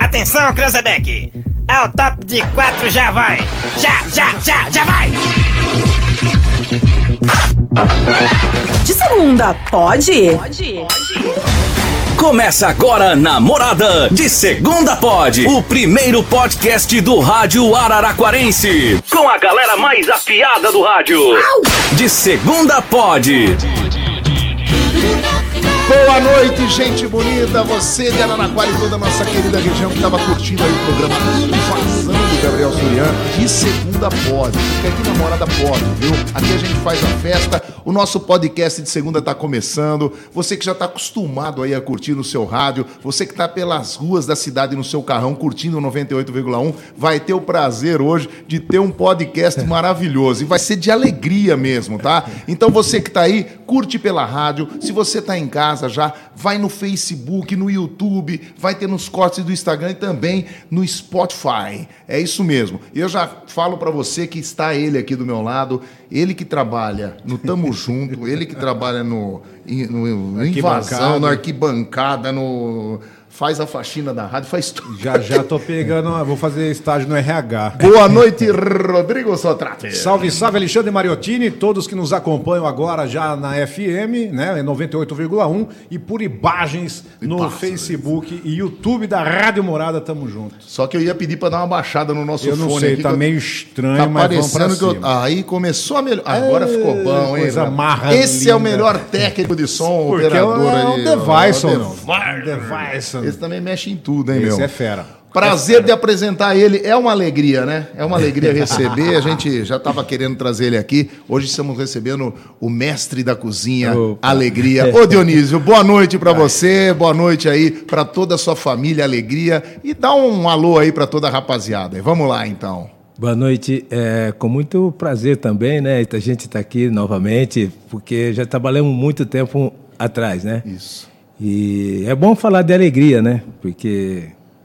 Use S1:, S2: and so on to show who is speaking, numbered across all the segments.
S1: Atenção, Cranzebeck! Ao top de quatro já vai! Já, já, já, já vai!
S2: De segunda, pode?
S3: Começa agora Namorada de Segunda Pod, o primeiro podcast do rádio araraquarense. Com a galera mais afiada do rádio. De Segunda Pod.
S4: Boa noite, gente bonita, você de Araraquara e toda a nossa querida região que estava curtindo aí o programa Satisfação do Gabriel Surian de segunda pod. Fica aqui na Morada Pod, viu? Aqui a gente faz a festa, o nosso podcast de segunda tá começando. Você que já tá acostumado aí a curtir no seu rádio, você que tá pelas ruas da cidade no seu carrão curtindo o 98,1, vai ter o prazer hoje de ter um podcast maravilhoso e vai ser de alegria mesmo, tá? Então você que tá aí, curte pela rádio. Se você tá em casa já, vai no Facebook, no YouTube, vai ter nos cortes do Instagram e também no Spotify. É isso mesmo. E eu já falo pra você que está ele aqui do meu lado, ele que trabalha no Tamo Junto, ele que trabalha no, em- no- no Invasão, na arquibancada, no faz a faxina da rádio, faz tudo.
S5: Já já tô pegando, uma- vou fazer estágio no RH.
S4: Boa noite, Rodrigo Sotrate.
S5: Salve, salve Alexandre Mariottini, todos que nos acompanham agora já na FM, né, em 98,1 e por imagens no Facebook e YouTube da Rádio Morada, tamo junto.
S4: Só que eu ia pedir pra dar uma baixada no nosso
S5: Eu não
S4: fone
S5: sei,
S4: aqui,
S5: tá
S4: que eu-
S5: meio estranho,
S4: Tá
S5: mas vamos pra
S4: parecendo que eu...
S5: cima.
S4: Aí começou a melhor. Agora ficou bom, hein?
S5: coisa
S4: velho?
S5: marra
S4: Esse é o
S5: linda.
S4: melhor técnico de som,
S5: Porque é um,
S4: operador
S5: é um
S4: ali.
S5: device,
S4: É um
S5: ou não?
S4: device.
S5: Um device. ou não?
S4: Esse também mexe em tudo, hein, meu?
S5: Esse é fera.
S4: Prazer de apresentar ele. É uma alegria, né? É uma alegria receber. A gente já estava querendo trazer ele aqui. Hoje estamos recebendo o mestre da cozinha,
S5: Opa.
S4: Alegria. Ô, Dionísio, boa noite para você. Boa noite aí para toda a sua família, Alegria. E dá um alô aí para toda a rapaziada. E Vamos lá, então.
S6: Boa noite, é, com muito prazer também, né? A gente está aqui novamente, porque já trabalhamos muito tempo atrás, né?
S4: Isso.
S6: E é bom falar de alegria, né? Porque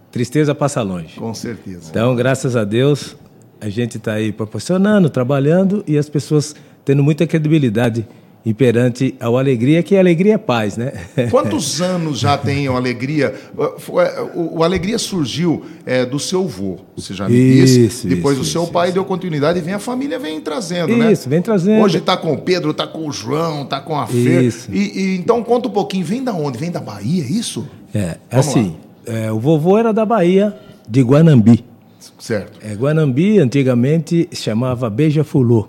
S6: tristeza passa longe.
S4: Com certeza.
S6: Então, graças a Deus, a gente está aí proporcionando, trabalhando e as pessoas tendo muita credibilidade e perante ao alegria, que alegria é paz, né?
S4: Quantos anos já tem o Alegria? Uh, foi, uh, O, o Alegria surgiu eh, do seu avô, você já me disse.
S6: Isso,
S4: Depois
S6: isso,
S4: o seu
S6: isso,
S4: pai deu continuidade e vem a família vem trazendo, né?
S6: Isso, vem trazendo.
S4: Hoje tá com o Pedro, tá com o João, tá com a Fer.
S6: Isso.
S4: E, e então conta um pouquinho, vem da onde? Vem da Bahia, é isso?
S6: É,
S4: Vamos
S6: assim, é, o vovô era da Bahia, de Guanambi.
S4: Certo.
S6: É, Guanambi antigamente se chamava Beija-Fulô.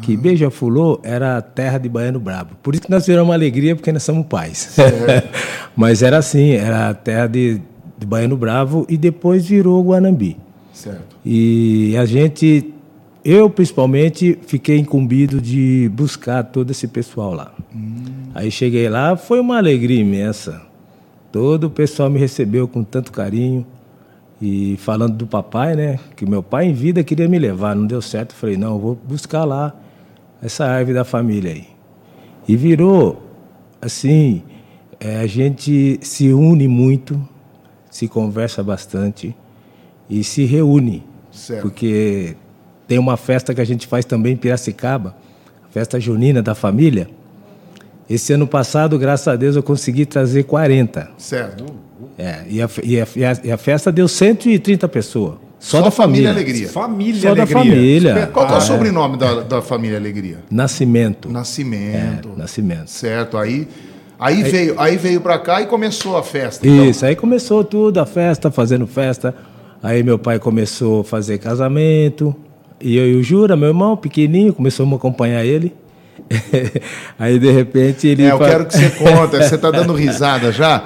S6: Que Beija-Fulô era a terra de Baiano Brabo. Por isso que nós viramos alegria, porque nós somos pais. Mas era assim, era a terra de, de Baiano Bravo e depois virou Guanambi.
S4: Certo.
S6: E a gente, eu principalmente, fiquei incumbido de buscar todo esse pessoal lá. Aí cheguei lá, foi uma alegria imensa. Todo o pessoal me recebeu com tanto carinho. E falando do papai, né? Que meu pai em vida queria me levar, não deu certo. Falei, não, eu vou buscar lá essa árvore da família aí. E virou, assim, eh, a gente se une muito, se conversa bastante e se reúne.
S4: Certo.
S6: Porque tem uma festa que a gente faz também em Piracicaba, a festa junina da família. Esse ano passado, graças a Deus, eu consegui trazer 40.
S4: Certo.
S6: É, e a, fe- e a- e a- e a festa deu 130 pessoas. Só,
S4: Só
S6: da família.
S4: Alegria.
S5: Família
S6: Só da
S5: Alegria.
S6: família.
S4: Qual que é o
S6: Ah,
S4: sobrenome da, da família Alegria?
S6: Nascimento.
S4: Nascimento.
S6: É, Nascimento.
S4: Certo. Aí, aí, veio, aí veio pra cá e começou a festa. então.
S6: Isso, aí começou tudo, a festa, fazendo festa. Aí meu pai começou a fazer casamento. E eu e o Jura, meu irmão, pequenininho, começamos a acompanhar ele. aí de repente ele.
S4: É, eu
S6: fa-
S4: quero que você conta. Você tá dando risada já?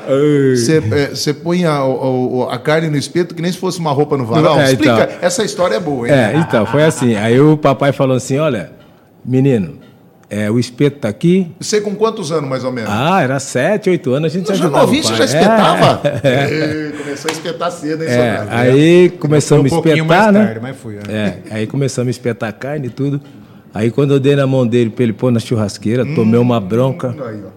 S4: Você, é, você põe a, o- o- a carne no espeto que nem se fosse uma roupa no varal.
S6: É,
S4: Explica.
S6: então.
S4: Essa história é boa, hein?
S6: É, então, foi assim. Aí o papai falou assim: olha, menino, é, o espeto tá aqui.
S4: Você com quantos anos, mais ou menos?
S6: Ah, era sete, oito anos, a gente
S4: já
S6: ajudava o
S4: novinho, você
S6: pai.
S4: já
S6: É,
S4: espetava? Ei, Começou a espetar cedo, hein,
S6: É,
S4: Sobrado?
S6: aí
S4: né?
S6: começamos a
S5: Um
S6: me
S5: pouquinho mais
S6: espetar, né?
S5: tarde, mas fui, é.
S6: É, aí começamos a espetar carne e tudo. Aí quando eu dei na mão dele pra ele pôr na churrasqueira, tomei uma bronca.
S4: Hum, Aí, ó.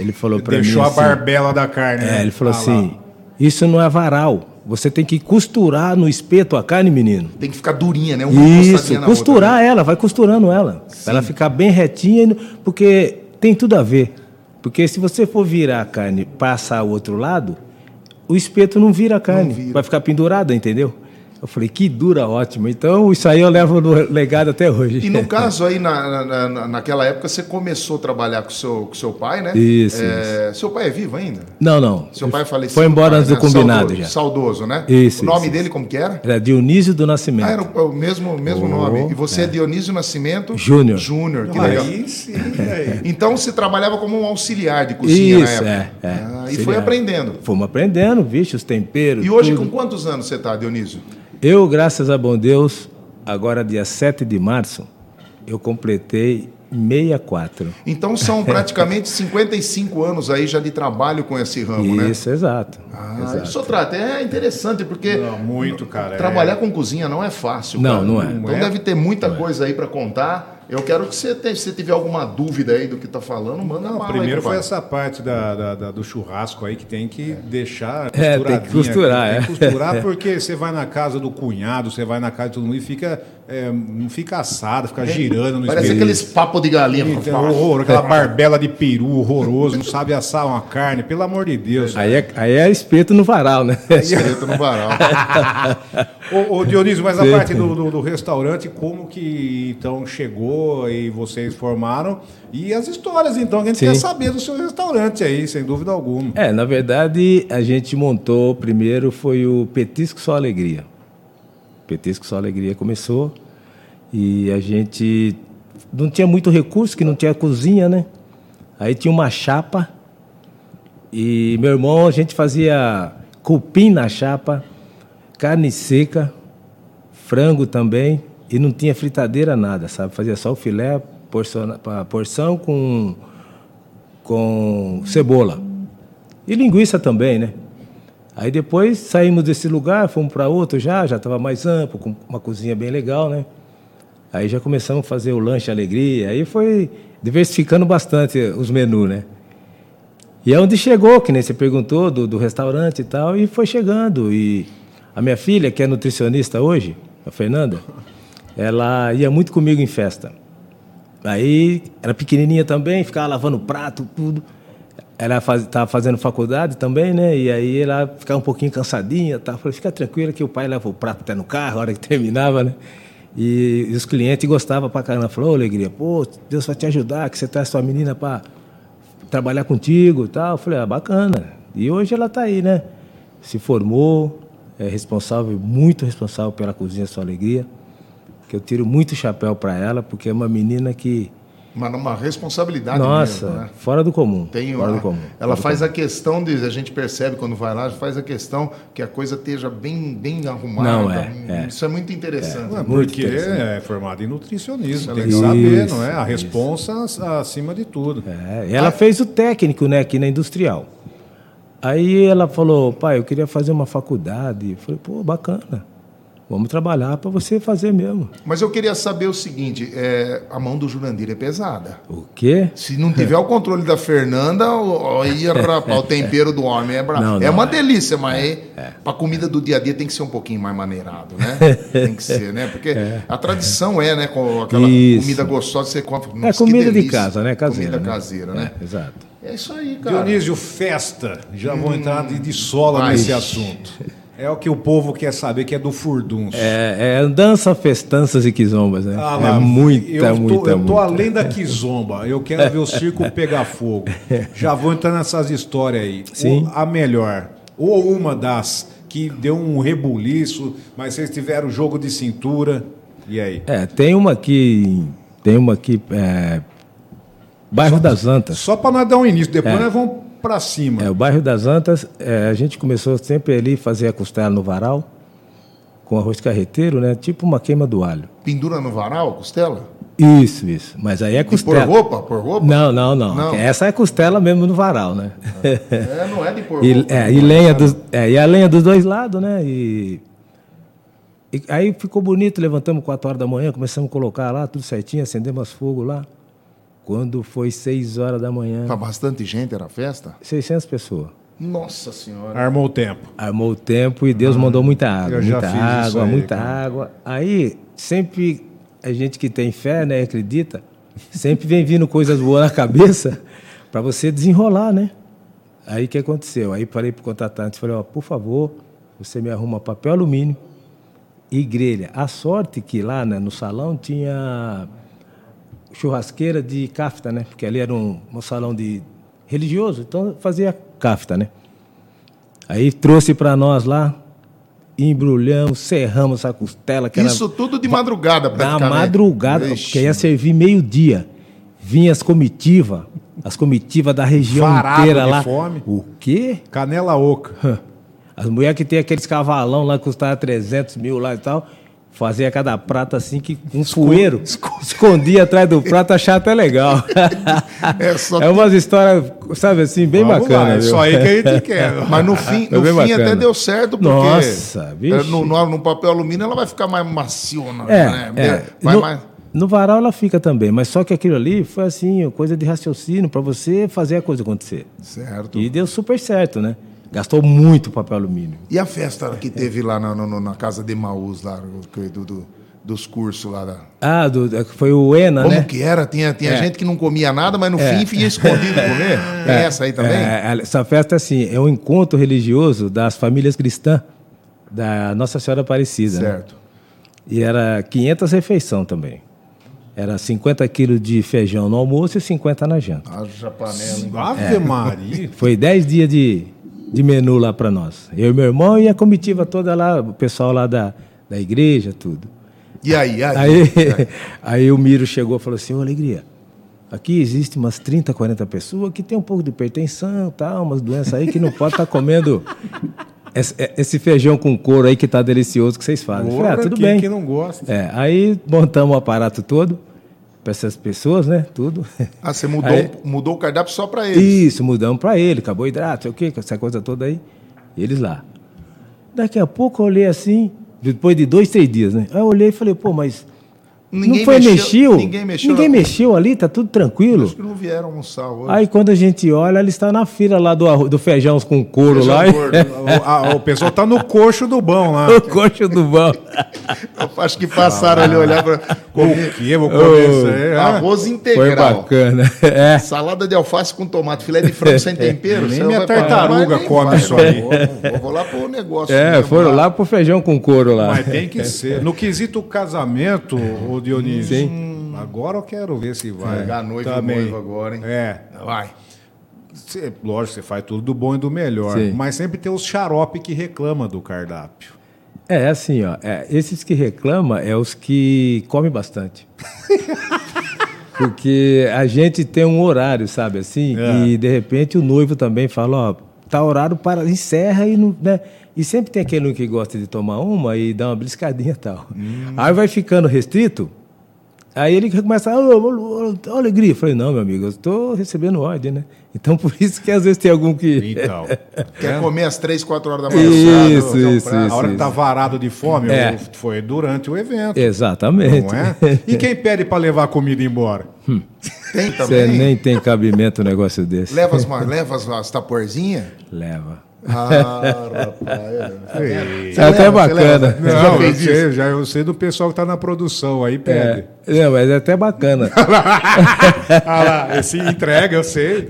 S6: Ele falou pra
S5: Deixou
S6: mim
S5: a
S6: assim,
S5: barbela da carne. né?
S6: É, ele falou
S5: Ah lá.
S6: assim, isso não é varal. Você tem que costurar no espeto a carne, menino.
S4: Tem que ficar durinha, né? Uma encostadinha
S6: Isso,
S4: na
S6: costurar
S4: outra, né?
S6: ela, vai costurando ela. Pra ela ficar bem retinha, e não- porque tem tudo a ver. Porque se você for virar a carne, passar o outro lado, o espeto não vira carne,
S4: vira.
S6: vai ficar pendurada, entendeu? Eu falei, que dura ótimo. Então, isso aí eu levo no legado até hoje.
S4: E no caso aí, na, na- na- naquela época, você começou a trabalhar com seu, com seu pai, né?
S6: Isso,
S4: É, Seu pai é vivo ainda?
S6: Não, não.
S4: Seu pai é faleceu.
S6: Foi embora
S4: pai,
S6: antes do
S4: né?
S6: combinado
S4: Saudoso-
S6: já.
S4: Saudoso, né?
S6: Isso,
S4: O nome
S6: isso,
S4: dele como que era?
S6: Era Dionísio do Nascimento.
S4: Ah, era o o mesmo, o mesmo nome. E você é, Dionísio Nascimento
S6: Júnior.
S4: Júnior, que legal.
S5: Aí sim, aí.
S4: Então você trabalhava como um auxiliar de cozinha
S6: Isso,
S4: na
S6: é.
S4: época.
S6: é.
S4: Ah, e
S6: Seria-
S4: foi aprendendo.
S6: Fomos aprendendo, vixe, os temperos.
S4: E hoje,
S6: tudo.
S4: com quantos anos você está, Dionísio?
S6: Eu, graças a bom Deus, agora dia 7 de março, eu completei 64.
S4: Então são praticamente 55 anos aí já de trabalho com esse ramo, né?
S6: Isso, exato.
S4: Ah,
S6: exato.
S4: isso trata. É interessante, porque
S5: Muito, cara.
S4: trabalhar com cozinha não é fácil.
S6: Não,
S4: cara.
S6: não é.
S4: Então deve ter muita coisa aí para contar. Eu quero que você tenha, se você tiver alguma dúvida aí do que tá falando, manda
S5: Não,
S4: bala aí,
S5: primeiro foi
S4: compadre.
S5: essa parte da, da- da- do churrasco aí que tem que deixar
S6: É, tem que costurar,
S5: Tem que
S6: é.
S5: costurar porque você vai na casa do cunhado, você vai na casa de todo mundo e fica, é, não fica assado, fica girando no
S4: É, Parece
S5: espelho.
S4: aqueles papos de galinha.
S5: Eita, horror, aquela barbela de peru horroroso, não sabe assar uma carne, pelo amor de Deus.
S6: Aí é, aí é espeto no varal, né?
S4: Espeto no varal.
S5: Ô, ô, Dionísio, mas a
S6: Sim.
S5: parte do, do- do restaurante, como que então chegou e vocês formaram? E as histórias, então, que a gente
S6: Sim.
S5: quer saber do seu restaurante aí, sem dúvida alguma.
S6: É, na verdade, a gente montou primeiro foi o Petisco Só Alegria. Petisco Só Alegria começou e a gente não tinha muito recurso, que não tinha cozinha, né? Aí tinha uma chapa e meu irmão, a gente fazia cupim na chapa, carne seca, frango também e não tinha fritadeira nada, sabe? Fazia só o filé, porciona- pa- porção com com cebola. E linguiça também, né? Aí depois saímos desse lugar, fomos para outro já, já estava mais amplo, com uma cozinha bem legal, né? Aí já começamos a fazer o lanche alegria, aí foi diversificando bastante os menus, né? E é onde chegou, que nem você perguntou, do, do restaurante e tal, e foi chegando. E a minha filha, que é nutricionista hoje, a Fernanda, ela ia muito comigo em festa. Aí era pequenininha também, ficava lavando prato, tudo. Ela faz, tava fazendo faculdade também, né? E aí ela ficava um pouquinho cansadinha, tá? Falei, fica tranquila que o pai leva o prato até no carro, a hora que terminava, né? E, e os clientes gostavam pra caramba. Falou, ô, alegria, pô, Deus vai te ajudar, que você traz sua menina pra trabalhar contigo e tal. Eu falei, ah, bacana. E hoje ela tá aí, né? Se formou, é responsável, muito responsável pela cozinha Sua Alegria. Que eu tiro muito chapéu pra ela, porque é uma menina que,
S4: Mas uma responsabilidade
S6: nossa,
S4: mesmo, né?
S6: fora do comum.
S4: Tem
S6: fora
S4: uma-
S6: do comum.
S4: ela
S6: fora do
S4: faz a questão de a gente percebe quando vai lá faz a questão que a coisa esteja bem bem arrumada
S6: Não, é, é.
S4: isso é muito interessante
S5: Ué,
S6: Muito
S5: porque
S6: interessante.
S5: é formado em nutricionismo, tem que
S6: legal.
S5: saber,
S6: Isso,
S5: não é? A
S6: isso.
S5: responsa acima de tudo.
S6: É, ela fez o técnico, né, aqui na industrial. Aí ela falou, pai, eu queria fazer uma faculdade. Eu falei, pô, bacana. Vamos trabalhar para você fazer mesmo.
S4: mas eu queria saber o seguinte é, a mão do Jurandir é pesada
S6: O quê?
S4: se não tiver o controle da Fernanda, ó, ó, ia, rapaz, o tempero do homem é brabo.
S6: Não,
S4: é
S6: não,
S4: uma
S6: é.
S4: delícia, mas a comida do dia a dia tem que ser um pouquinho mais maneirado, né? Tem que ser, né? Porque a tradição é, né? Com aquela
S6: Isso.
S4: comida gostosa que você compra.
S6: É
S4: Nossa, que
S6: comida de
S4: delícia.
S6: casa, né? Caseira.
S4: Comida
S6: né?
S4: caseira, né?
S6: É, exato.
S4: É isso aí, cara.
S5: Dionísio, festa. Já
S6: Hum.
S5: vou entrar de, de sola
S4: Ai.
S5: nesse assunto. É o que o povo quer saber, que é do furdunço.
S6: É, é dança, festanças e quizombas, né?
S5: Ah, lá,
S6: é muita,
S5: eu tô,
S6: muita,
S5: Eu tô
S6: muita.
S5: além da quizomba. Eu quero ver o circo pegar fogo. Já vou entrar nessas histórias aí.
S6: Sim.
S5: O- a melhor, ou uma das que deu um rebuliço, mas vocês tiveram jogo de cintura. E aí?
S6: É, tem uma aqui, tem uma aqui, é, bairro das Antas.
S5: Só pra nós dar um início, depois nós vamos pra cima.
S6: É, o bairro das Antas, é, a gente começou sempre ali fazer a costela no varal, com arroz carreteiro, né? Tipo uma queima do alho.
S4: Pendura no varal, costela?
S6: Isso, isso. Mas aí é
S4: Por
S6: costela.
S4: roupa? Por roupa?
S6: Não, não, não,
S4: Não.
S6: Essa é costela mesmo no varal, né?
S4: É, não é de por
S6: E,
S4: roupa.
S6: é, e lenha dos, é, e a lenha dos dois lados, né? E, e aí ficou bonito, levantamos 4 horas da manhã, começamos a colocar lá, tudo certinho, acendemos fogo lá. Quando foi 6 horas da manhã,
S4: Pra Tá bastante gente era festa?
S6: 600 pessoas.
S4: Nossa senhora.
S5: Armou o tempo.
S6: Armou o tempo e Deus mandou muita
S5: Ah,
S6: água,
S5: eu já
S6: muita
S5: fiz isso
S6: água,
S5: aí,
S6: muita
S5: cara.
S6: água. Aí, sempre a gente que tem fé, né, acredita, sempre vem vindo coisas boas na cabeça para você desenrolar, né? Aí o que aconteceu? Aí falei pro contratante, falei, ó, por favor, você me arruma papel alumínio e grelha. A sorte que lá né, no salão tinha churrasqueira de cafta, né? Porque ali era um, um salão de religioso, então fazia cafta, né? Aí trouxe para nós lá, embrulhamos, serramos a costela. Que era-
S4: Isso tudo de madrugada,
S6: na
S4: praticamente.
S6: madrugada,
S4: Ixi,
S6: porque assim, ia servir meio-dia. Vinha as comitivas, as comitivas da região
S5: Varado
S6: inteira
S5: de
S6: lá.
S5: fome.
S6: O quê?
S5: Canela oca.
S6: As mulheres que tem aqueles cavalão lá que custava 300 mil lá e tal, fazia cada prato assim que um fueiro escondia atrás do prato, achava até legal.
S4: É só
S6: é umas histórias, sabe assim, bem
S5: Vamos
S6: bacana.
S5: lá, é
S6: viu?
S5: só aí que a gente quer.
S4: Mas no fim,
S6: Foi
S4: no
S6: É bem
S4: fim
S6: bacana.
S4: até deu certo, porque
S6: Nossa, vixe.
S4: é, no, no, no papel alumínio ela vai ficar mais maciona,
S6: É,
S4: né?
S6: é.
S4: Vai
S6: no,
S4: mais...
S6: no varal ela fica também, mas só que aquilo ali foi assim, coisa de raciocínio para você fazer a coisa acontecer.
S4: Certo.
S6: E deu super certo, né? Gastou muito papel alumínio.
S4: E a festa que teve lá na, no- na casa de Maús, lá, do- do- do- dos cursos lá da...
S6: Ah, do, foi o ENA,
S4: Como
S6: né?
S4: que era? Tinha, tinha
S6: É.
S4: gente que não comia nada, mas no fim ia escondido comer. Tem essa aí também?
S6: É, essa festa assim, é um encontro religioso das famílias cristãs da Nossa Senhora Aparecida. né?
S4: Certo.
S6: E era 500 refeição também. Era 50 quilos de feijão no almoço e 50 na janta.
S4: Haja panela, hein?
S5: Ave
S6: É.
S5: Maria.
S6: Foi 10 dias de, de menu lá para nós. Eu e meu irmão e a comitiva toda lá, o pessoal lá da, da igreja, tudo.
S4: E aí? aí?
S6: Aí, aí o Miro chegou e falou assim, ô Alegria, aqui existe umas 30, 40 pessoas que tem um pouco de hipertensão, tal, umas doenças aí que não pode estar comendo esse, é, esse feijão com couro aí que tá delicioso que vocês fazem. Eu falei, ah,
S5: Ora,
S6: tudo
S5: quem
S6: bem.
S5: que não gosta?
S6: É, aí montamos o aparato todo para essas pessoas, né? Tudo.
S4: Ah, você mudou,
S6: Aí-
S4: mudou o cardápio só pra ele.
S6: Isso, mudamos para ele, carboidrato, sei o quê, essa coisa toda aí. E eles lá. Daqui a pouco eu olhei assim, depois de dois, três dias, né? Aí eu olhei e falei, pô, mas.
S4: Ninguém
S6: não foi
S4: mexeu-
S6: mexeu,
S4: ninguém mexeu
S6: Ninguém
S4: na-
S6: mexeu ali, tá tudo tranquilo.
S4: Acho que não vieram almoçar hoje.
S6: Aí quando a gente olha, ele está na fila lá do, arro- do feijão com couro
S4: Feijão
S6: lá. e-
S4: gordo.
S5: O, a- o pessoal tá no coxo do bom lá.
S6: o coxo do vão.
S4: Eu Acho que passaram ali olhar pra...
S5: O que? Vou comer isso aí. Ah,
S4: Arroz
S6: Foi
S4: integral.
S6: bacana. É.
S4: Salada de alface com tomate, filé de frango sem tempero.
S5: É, Nem
S4: você
S5: minha
S4: vai falar,
S5: tartaruga
S4: mas nem
S5: come
S4: vai,
S5: isso
S4: não
S5: aí.
S4: Vou, não vou, vou lá pro negócio.
S6: É,
S4: mesmo,
S6: foram lá pro feijão com couro lá.
S5: Mas tem que ser. No quesito casamento, o Dionísio. Sim. Agora eu quero ver se vai.
S4: Pegar noivo e
S5: Também.
S4: noivo agora, hein?
S5: É.
S4: Vai.
S5: Cê- lógico, você faz tudo do bom e do melhor.
S6: Sim.
S5: Mas sempre tem os xarope que reclama do cardápio.
S6: É assim, ó. é, esses que reclamam é os que comem bastante. Porque a gente tem um horário, sabe, assim,
S5: É.
S6: e de repente o noivo também fala, ó, tá horário para encerra e não, né? E sempre tem aquele um que gosta de tomar uma e dá uma briscadinha e tal.
S5: Hum.
S6: Aí vai ficando restrito. Aí ele começa, "Ô, ô, ô, ô, alegria. Eu falei, não, meu amigo, eu estou recebendo ordem, né? Então por isso que às vezes tem algum que.
S5: Então.
S4: Quer
S5: né?
S4: comer às três, quatro horas da manhã? um
S6: Isso,
S4: assado,
S6: isso,
S4: comprar-
S5: A hora que tá varado de fome
S6: É.
S5: o- foi durante o evento.
S6: Exatamente.
S5: Não é? E quem pede pra levar a comida embora?
S4: Tem
S6: Você
S4: também?
S6: nem tem cabimento um negócio desse.
S4: Leva as, ma- leva as, as taporzinhas?
S6: Leva.
S4: Ah, rapaz.
S5: Ei.
S6: É até bacana.
S4: Você já
S5: Não, eu
S4: fez isso?
S5: sei, já eu sei do pessoal que tá na produção aí pede.
S6: É, não, mas é até bacana.
S5: Ah lá, esse entrega, eu sei.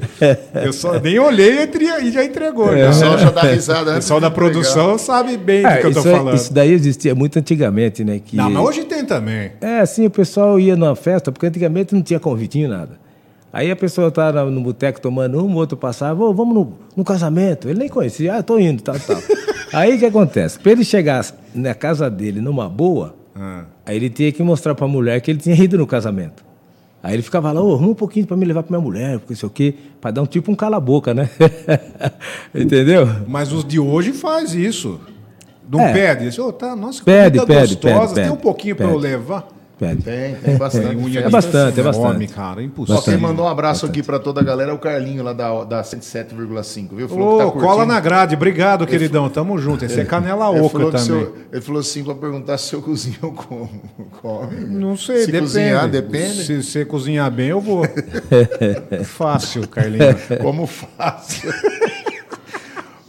S5: Eu só nem olhei e entre- e já entregou.
S4: O
S5: já.
S4: pessoal já dá risada. né?
S5: O
S4: antes
S5: pessoal da
S4: de entregar.
S5: produção sabe bem do
S6: É,
S5: que eu tô
S6: isso, é-
S5: falando.
S6: isso daí existia muito antigamente, né? Que...
S5: Não, mas hoje tem também.
S6: É, assim, o pessoal ia numa festa, porque antigamente não tinha convitinho, nada. Aí a pessoa estava no boteco tomando um, o outro passava, "Ô, vamos no, no casamento. Ele nem conhecia, ah, tô indo, tal, tal. Aí o que acontece? Para ele chegar na casa dele numa boa, aí ele tinha que mostrar para a mulher que ele tinha ido no casamento. Aí ele ficava lá, ô, arruma um pouquinho para me levar para minha mulher, porque não sei o quê, para dar um tipo um cala-boca, né? Entendeu?
S5: Mas os de hoje faz isso. Não
S6: É.
S5: pede. Eles, "Ô, tá, nossa, que
S6: Pede,
S5: comida
S6: pede, pede,
S5: gostosa. Tem
S6: pede,
S5: um pouquinho pra
S6: pede.
S5: eu levar.
S6: Pede.
S4: Tem, tem bastante.
S5: Unha
S4: festa.
S5: de
S6: bastante, é bastante.
S5: Homem, cara, é
S4: Ó,
S5: impossível.
S4: quem mandou um abraço aqui pra toda a galera é o Carlinho lá da, da 107,5, viu?
S5: Ô,
S4: que tá curtindo.
S5: cola na grade. Obrigado, queridão. Tamo junto. Esse é canela
S4: Ele
S5: oca
S4: falou, que
S5: também.
S4: se eu- ele falou assim pra perguntar se eu cozinho eu como. Come.
S5: Não sei,
S4: se
S5: depende.
S4: cozinhar, depende.
S5: Se você cozinhar bem, eu vou. Fácil, Carlinhos.
S4: Como fácil.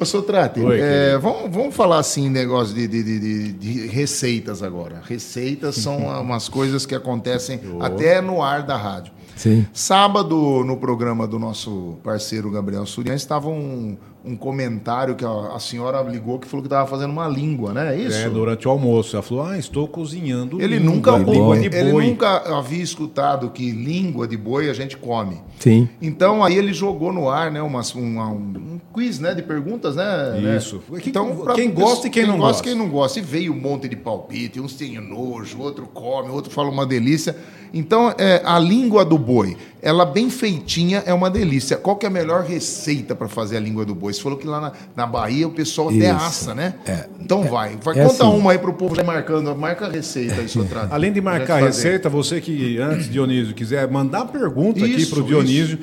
S4: Ô, Sotrate,
S5: Oi,
S4: é, vamos, vamos falar assim, negócio de, de- de- de- de receitas agora. Receitas são umas coisas que acontecem até no ar da rádio.
S6: Sim.
S4: Sábado, no programa do nosso parceiro Gabriel Surian, estava um, um comentário que a, a senhora ligou que falou que estava fazendo uma língua, né? É isso?
S5: É, durante o almoço. Ela falou: Ah, estou cozinhando.
S4: Ele nunca,
S5: língua
S4: ouvi-
S5: de
S4: ele
S5: boi.
S4: nunca havia escutado que língua de boi a gente come.
S6: Sim.
S4: Então aí ele jogou no ar, né, umas- um, um- um quiz, né, de perguntas, né?
S5: Isso.
S4: né?
S5: Quem-
S4: pra-
S5: quem gosta e quem não gosta.
S4: quem não gosta. E veio um monte de palpite, uns têm nojo, outro come, outro fala uma delícia. Então é, a língua do boi, ela bem feitinha é uma delícia. Qual que é a melhor receita para fazer a língua do boi? Você falou que lá na, na Bahia o pessoal até
S6: Isso.
S4: assa, né?
S6: É.
S4: Então vai, vai
S6: É
S4: conta
S6: assim.
S4: uma aí pro povo já ir marcando, marca a receita aí, sua trad-
S5: Além de
S4: pra gente
S5: marcar a
S4: fazer.
S5: receita, você que antes, Dionísio, quiser mandar pergunta aqui
S4: Isso,
S5: pro Dionísio,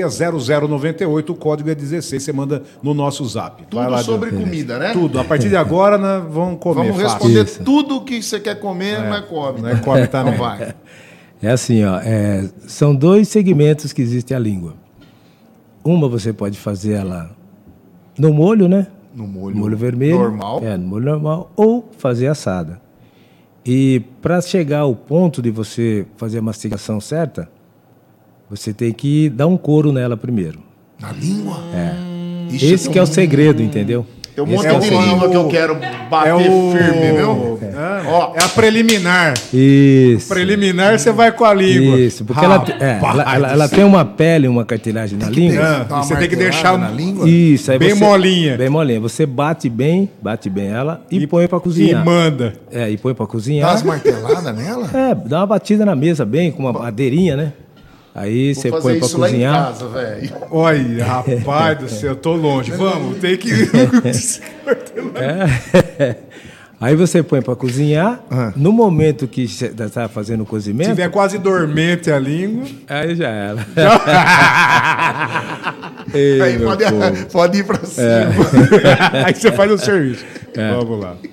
S5: 33360098, o código é 16, você manda no nosso zap. Vai
S4: tudo
S5: lá,
S4: sobre
S5: Dionísio.
S4: comida, né?
S5: Tudo. A partir de agora, né, vamos comer
S4: Vamos
S5: fácil.
S4: responder
S6: Isso.
S4: tudo que você quer comer, mas come.
S5: Né, come também.
S4: Então vai.
S6: É assim, ó, é, são dois segmentos que existe a língua. Uma você pode fazer ela no molho, né?
S4: No molho
S6: vermelho.
S4: normal.
S6: É, no molho normal. Ou fazer assada. E para chegar ao ponto de você fazer a mastigação certa, você tem que dar um couro nela primeiro.
S4: Na língua? É.
S6: Esse que é o segredo, entendeu?
S4: Tem um
S6: Esse
S4: monte
S6: que é o
S4: de
S5: segredo.
S4: língua que eu quero bater firme, viu?
S5: É,
S4: Ó.
S5: é a preliminar.
S6: Isso.
S5: Preliminar, você vai com a
S4: é
S5: língua.
S6: Isso, porque ela, te- é,
S5: Rapaz
S6: ela, ela-
S5: do
S6: ela
S5: céu.
S6: tem uma pele, uma cartilagem na língua.
S5: Ah,
S4: Dá uma
S5: você tem que
S4: martelada
S5: deixar um
S4: na língua?
S6: Isso, aí
S5: Bem
S6: você-
S5: molinha.
S6: Bem molinha. Você bate bem, bate bem ela e, põe pra
S5: E
S6: cozinhar.
S5: manda.
S6: É, e põe pra
S4: Dá
S6: cozinhar.
S4: umas marteladas nela?
S6: É, dá uma batida na mesa bem, com uma madeirinha, né? Aí você
S4: Vou fazer
S6: põe pra
S4: isso lá em
S6: cozinhar.
S4: casa, velho.
S5: Olha, rapaz do céu, eu tô longe. Vamos, tem que.
S6: É. aí você põe pra cozinhar. No momento que você tá fazendo o
S5: Se
S6: cozimento,
S5: tiver quase dormente a língua.
S6: aí já era.
S4: Aí pode, pode ir pra
S6: É.
S4: cima.
S5: Aí você faz o serviço. Vamos lá.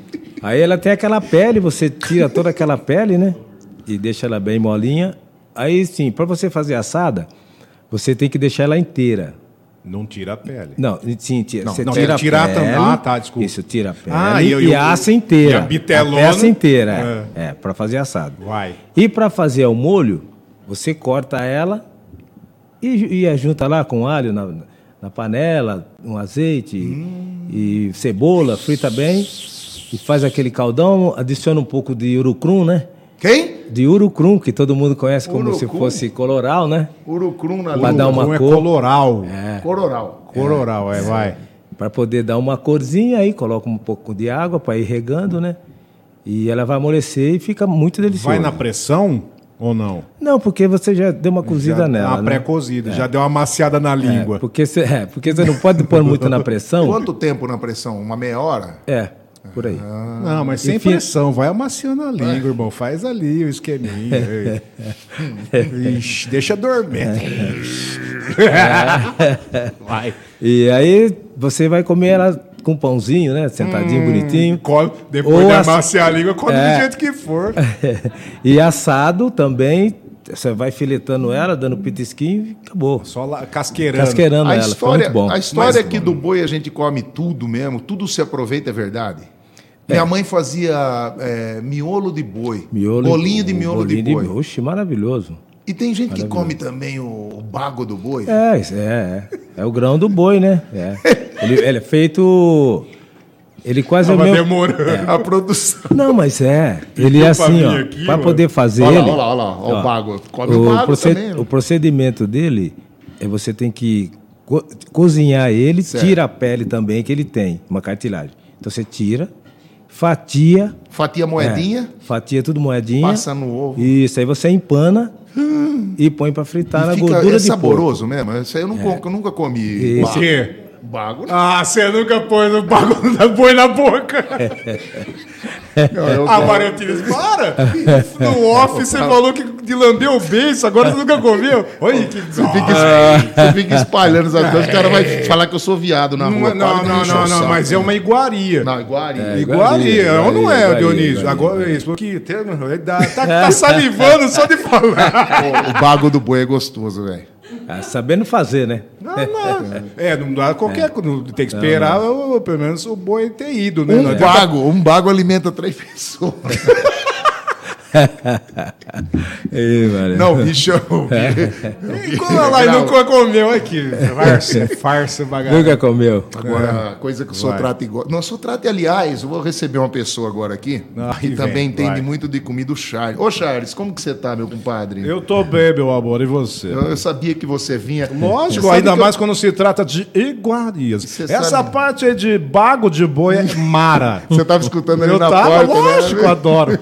S6: Aí ela tem aquela pele, você tira toda aquela pele, né? E deixa ela bem molinha. Aí sim, para você fazer assada, você tem que deixar ela inteira.
S5: Não tira a pele.
S6: Não, sim, tira,
S5: Não,
S6: você
S5: não,
S6: tira a
S5: tirar
S6: pele.
S5: também. Ah, tá, desculpa.
S6: Isso, tira a pele
S5: Ah, e
S6: e,
S5: eu- eu-
S6: assa inteira.
S5: e a bitelona?
S6: peça inteira, é. É, para fazer assado.
S5: Vai.
S6: E para fazer o molho, você corta ela e, ju- e a junta lá com alho na, na panela, um azeite e cebola, frita bem e faz aquele caldão, adiciona um pouco de urucrum, né?
S4: Quem?
S6: De urucrum, que todo mundo conhece como se
S4: Urucum?
S6: fosse coloral, né?
S4: Urucrum na
S6: Pra
S4: língua.
S6: dar uma
S5: Então é
S6: cor. É.
S5: coloral.
S4: Cororal.
S5: Coloral, é, vai.
S6: Para poder dar uma corzinha aí, coloca um pouco de água para ir regando, né? E ela vai amolecer e fica muito deliciosa.
S5: Vai na pressão ou não?
S6: Não, porque você já deu uma cozida
S5: Já dá
S6: nela.
S5: Uma
S6: né?
S5: pré-cozida, já deu uma maciada na língua.
S6: É, porque você é, porque você não pode pôr muito na pressão.
S4: Quanto tempo na pressão? Uma meia hora?
S6: É, por aí.
S4: Ah.
S5: Não, mas sem
S6: Enfim.
S5: pressão, vai amaciando a língua, irmão. Faz ali o esqueminha. Ixi, deixa dormir.
S6: E aí você vai comer ela com pãozinho, né?
S4: Hum.
S6: Sentadinho, bonitinho.
S5: Come- Depois
S6: Ou
S5: de
S6: as-
S5: amaciar a língua, come
S6: É.
S5: do jeito que for.
S6: e assado também. Você vai filetando ela, dando pitisquinho e acabou.
S5: Só lá, casqueirando.
S6: Casqueirando
S4: a
S6: ela,
S4: história,
S6: ficou muito bom.
S4: A história aqui do boi a gente come tudo mesmo, tudo se aproveita, é verdade? Minha mãe fazia é, miolo de boi,
S6: Miolo-
S4: bolinho de miolo
S6: bolinho
S4: de boi.
S6: Oxe, maravilhoso.
S4: E tem gente que come também o, o bago do boi.
S6: É, isso é, é. É o grão do boi, né? É. Ele, ele é feito. Ele quase é o
S5: Tava
S6: mesmo.
S5: demorando.
S4: A produção.
S6: Não, mas é. Ele
S5: pra
S6: é assim,
S5: mim
S6: ó.
S5: aqui,
S6: Pra
S5: mano.
S6: poder fazer
S4: Olha lá,
S6: ele.
S4: olha lá, olha lá, olha o
S6: ó,
S4: bago. Come o bago
S6: proced-
S4: também, né?
S6: O procedimento dele é você tem que co- cozinhar ele, tira a pele também que ele tem, uma cartilagem. Então você tira, fatia,
S4: Fatia moedinha.
S6: fatia tudo moedinha.
S4: Passa no ovo. Hum.
S6: Isso, aí você empana e põe pra fritar na
S4: e fica
S6: gordura
S4: é
S6: de porco.
S4: saboroso mesmo. Isso aí eu, não co- eu nunca comi.
S6: Esse-
S5: O quê?
S4: Bago não.
S5: Ah, você nunca pôs o bagulho da boi na boca.
S4: Não, eu-
S5: Ah, Mariotinas, para! No off você falou que de lambeu o beijo, agora você nunca comeu. Olha que é-
S4: Você fica, es- você fica espalhando essas coisas, o cara vai falar que eu sou viado na
S5: Não,
S4: rua.
S5: não, não, não, não, mas é uma iguaria.
S4: Não, iguaria.
S5: É Iguaria,
S6: iguaria,
S5: ou não é,
S6: iguaria,
S5: Dionísio?
S6: iguaria.
S5: Agora, isso porque tem- ele dá- tá, tá salivando só de falar.
S4: O, o bago do boi é gostoso, velho.
S6: Ah, sabendo fazer, né?
S5: Não, não. É, não dá qualquer coisa. Tem que esperar, o- pelo menos o boi ter ido, né? Não
S4: Um
S5: adianta-
S4: bago, um bago alimenta três pessoas.
S6: Ei, Maria.
S4: Não,
S5: É.
S4: bicho, é eu
S5: Cola lá e nunca comeu aqui. É. Farsa, farsa, bagaço.
S6: Nunca comeu?
S5: É.
S4: Agora, coisa que o Sotrate gosta. Não, o Sotrate, aliás, eu vou receber uma pessoa agora aqui
S5: Ai,
S4: que
S5: vem,
S4: também entende
S5: vai.
S4: muito de comida, o Charles. Ô, Charles, como que você tá, meu compadre?
S5: Eu tô bem, meu amor, e você?
S4: Eu- eu sabia que você vinha. Você
S5: Lógico,
S4: sabe
S5: ainda
S4: que eu-
S5: mais quando se trata de iguarias.
S4: Você
S5: Essa
S4: sabe-
S5: parte aí de bago de boi é mara.
S4: Você tava escutando ali
S5: Eu
S4: na
S5: tava,
S4: porta,
S5: lógico,
S4: né?
S5: adoro.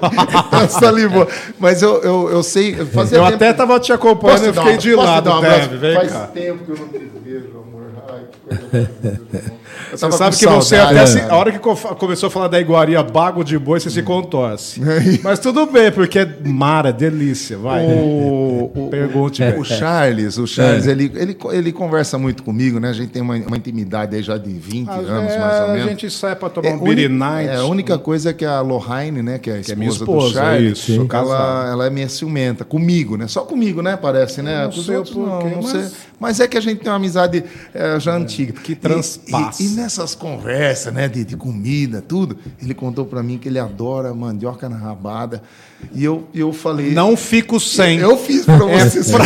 S4: Salivou. Mas eu, eu, eu sei. Fazia
S5: Eu
S4: tempo-
S5: até tava te
S4: Posso
S5: acompanhando e
S4: dar
S5: fiquei
S4: um-
S5: de
S4: posso dar um
S5: lado,
S4: abraço?
S5: Deve. Vem
S4: Faz
S5: cá.
S4: tempo que eu não te vejo, amor. Ai, que coisa maravilhosa. Eu
S5: Você
S4: tava
S5: sabe
S4: com
S5: que você é
S4: saudade, né?
S5: até. se-
S4: cara.
S5: a hora que co- começou a falar da iguaria bago de boi, você se contorce. Mas tudo bem, porque é mara, delícia. Vai.
S4: O, o-
S5: Pergunte,
S4: o-
S5: velho. É.
S4: o Charles, o Charles, ele, ele, ele conversa muito comigo, né? A gente tem uma, uma intimidade aí já de 20 anos,
S5: É,
S4: mais ou
S5: A
S4: menos.
S5: gente sai pra tomar
S4: É,
S5: um
S4: uni-
S5: beer night.
S4: é, a única coisa é que a Lohane, né, que é a esposa,
S5: é minha
S4: do
S5: esposa,
S4: Charles,
S5: isso, sou
S4: ela,
S5: casado.
S4: ela é meio ciumenta. Comigo, né? Só comigo, né? Parece, né?
S5: não
S4: Com os
S5: sei
S4: outros,
S5: por
S4: não,
S5: quê,
S4: não
S5: mas-
S4: sei. Mas é que a gente tem uma amizade é, já antiga.
S5: que
S4: E-
S5: transpassa.
S4: E, e nessas conversas, né, de, de comida, tudo, ele contou pra mim que ele adora mandioca na rabada. E eu, eu falei...
S5: Não fico sem.
S4: Eu fiz pra você. só-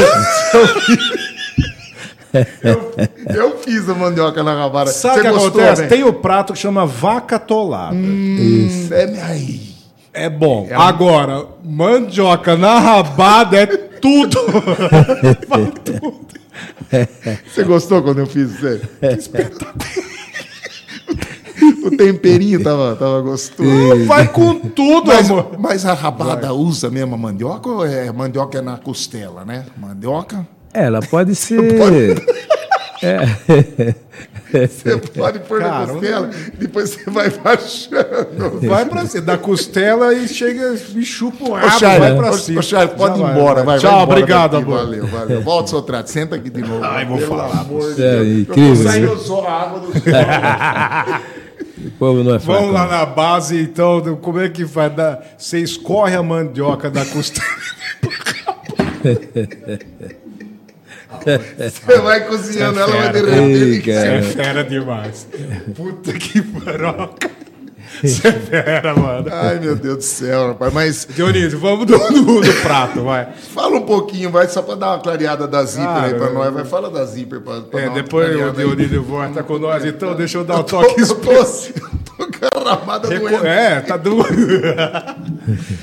S4: Eu, eu fiz a mandioca na rabada.
S5: Sabe o
S4: Você
S5: que
S4: gostou,
S5: acontece?
S4: né?
S5: Tem o prato que chama vaca tolada.
S4: É, ai.
S5: Hum. É bom. Agora, mandioca na rabada é tudo.
S4: Você gostou quando eu fiz isso?
S5: É.
S4: Que espetáculo. O temperinho tava, tava gostoso.
S5: Vai com tudo,
S4: Mas,
S5: amor.
S4: mas a rabada usa mesmo a mandioca ou é mandioca é na costela, né? Mandioca.
S6: Ela pode ser.
S4: Você pode pôr na
S5: É. Cara,
S4: costela, depois você vai baixando.
S5: Vai pra cima. Da costela e chega, me chupa o
S4: Ô,
S5: rabo,
S4: Charles,
S5: vai pra
S4: ô,
S5: cima.
S4: ô, Charles, pode
S5: Já
S4: ir embora, vai. vai
S5: Tchau,
S4: embora
S5: obrigado,
S4: daqui,
S5: amor.
S4: Valeu, valeu. Volta, seu trato. Senta aqui de novo. Ai,
S5: vou falar.
S4: amor de
S6: É,
S4: Deus.
S6: incrível,
S4: Eu
S6: né?
S4: saiu só a água do céu.
S6: O povo não é fraco.
S5: Vamos lá
S6: não.
S5: na base, então, do- como é que vai dar? Você escorre a mandioca da costela.
S4: Você vai cozinhando, ela vai
S5: é fera.
S4: derreter.
S6: Ei, cara.
S5: É fera demais. Puta que faroca. Você é fera, mano.
S4: Ai, meu Deus do céu, rapaz. Mas
S5: Dionísio, vamos do, do- do prato, vai. É,
S4: fala um pouquinho, vai, só pra dar uma clareada da zíper
S5: Ah,
S4: aí pra
S5: eu-
S4: nós. Vai, fala da zíper pra, pra
S5: É,
S4: dar uma
S5: depois o
S4: clareada aí.
S5: Dionísio volta com nós, então deixa eu dar um
S4: Eu tô,
S5: toque
S4: eu tô, eu tô com a rabada doendo.
S5: Reco- É, tá duro.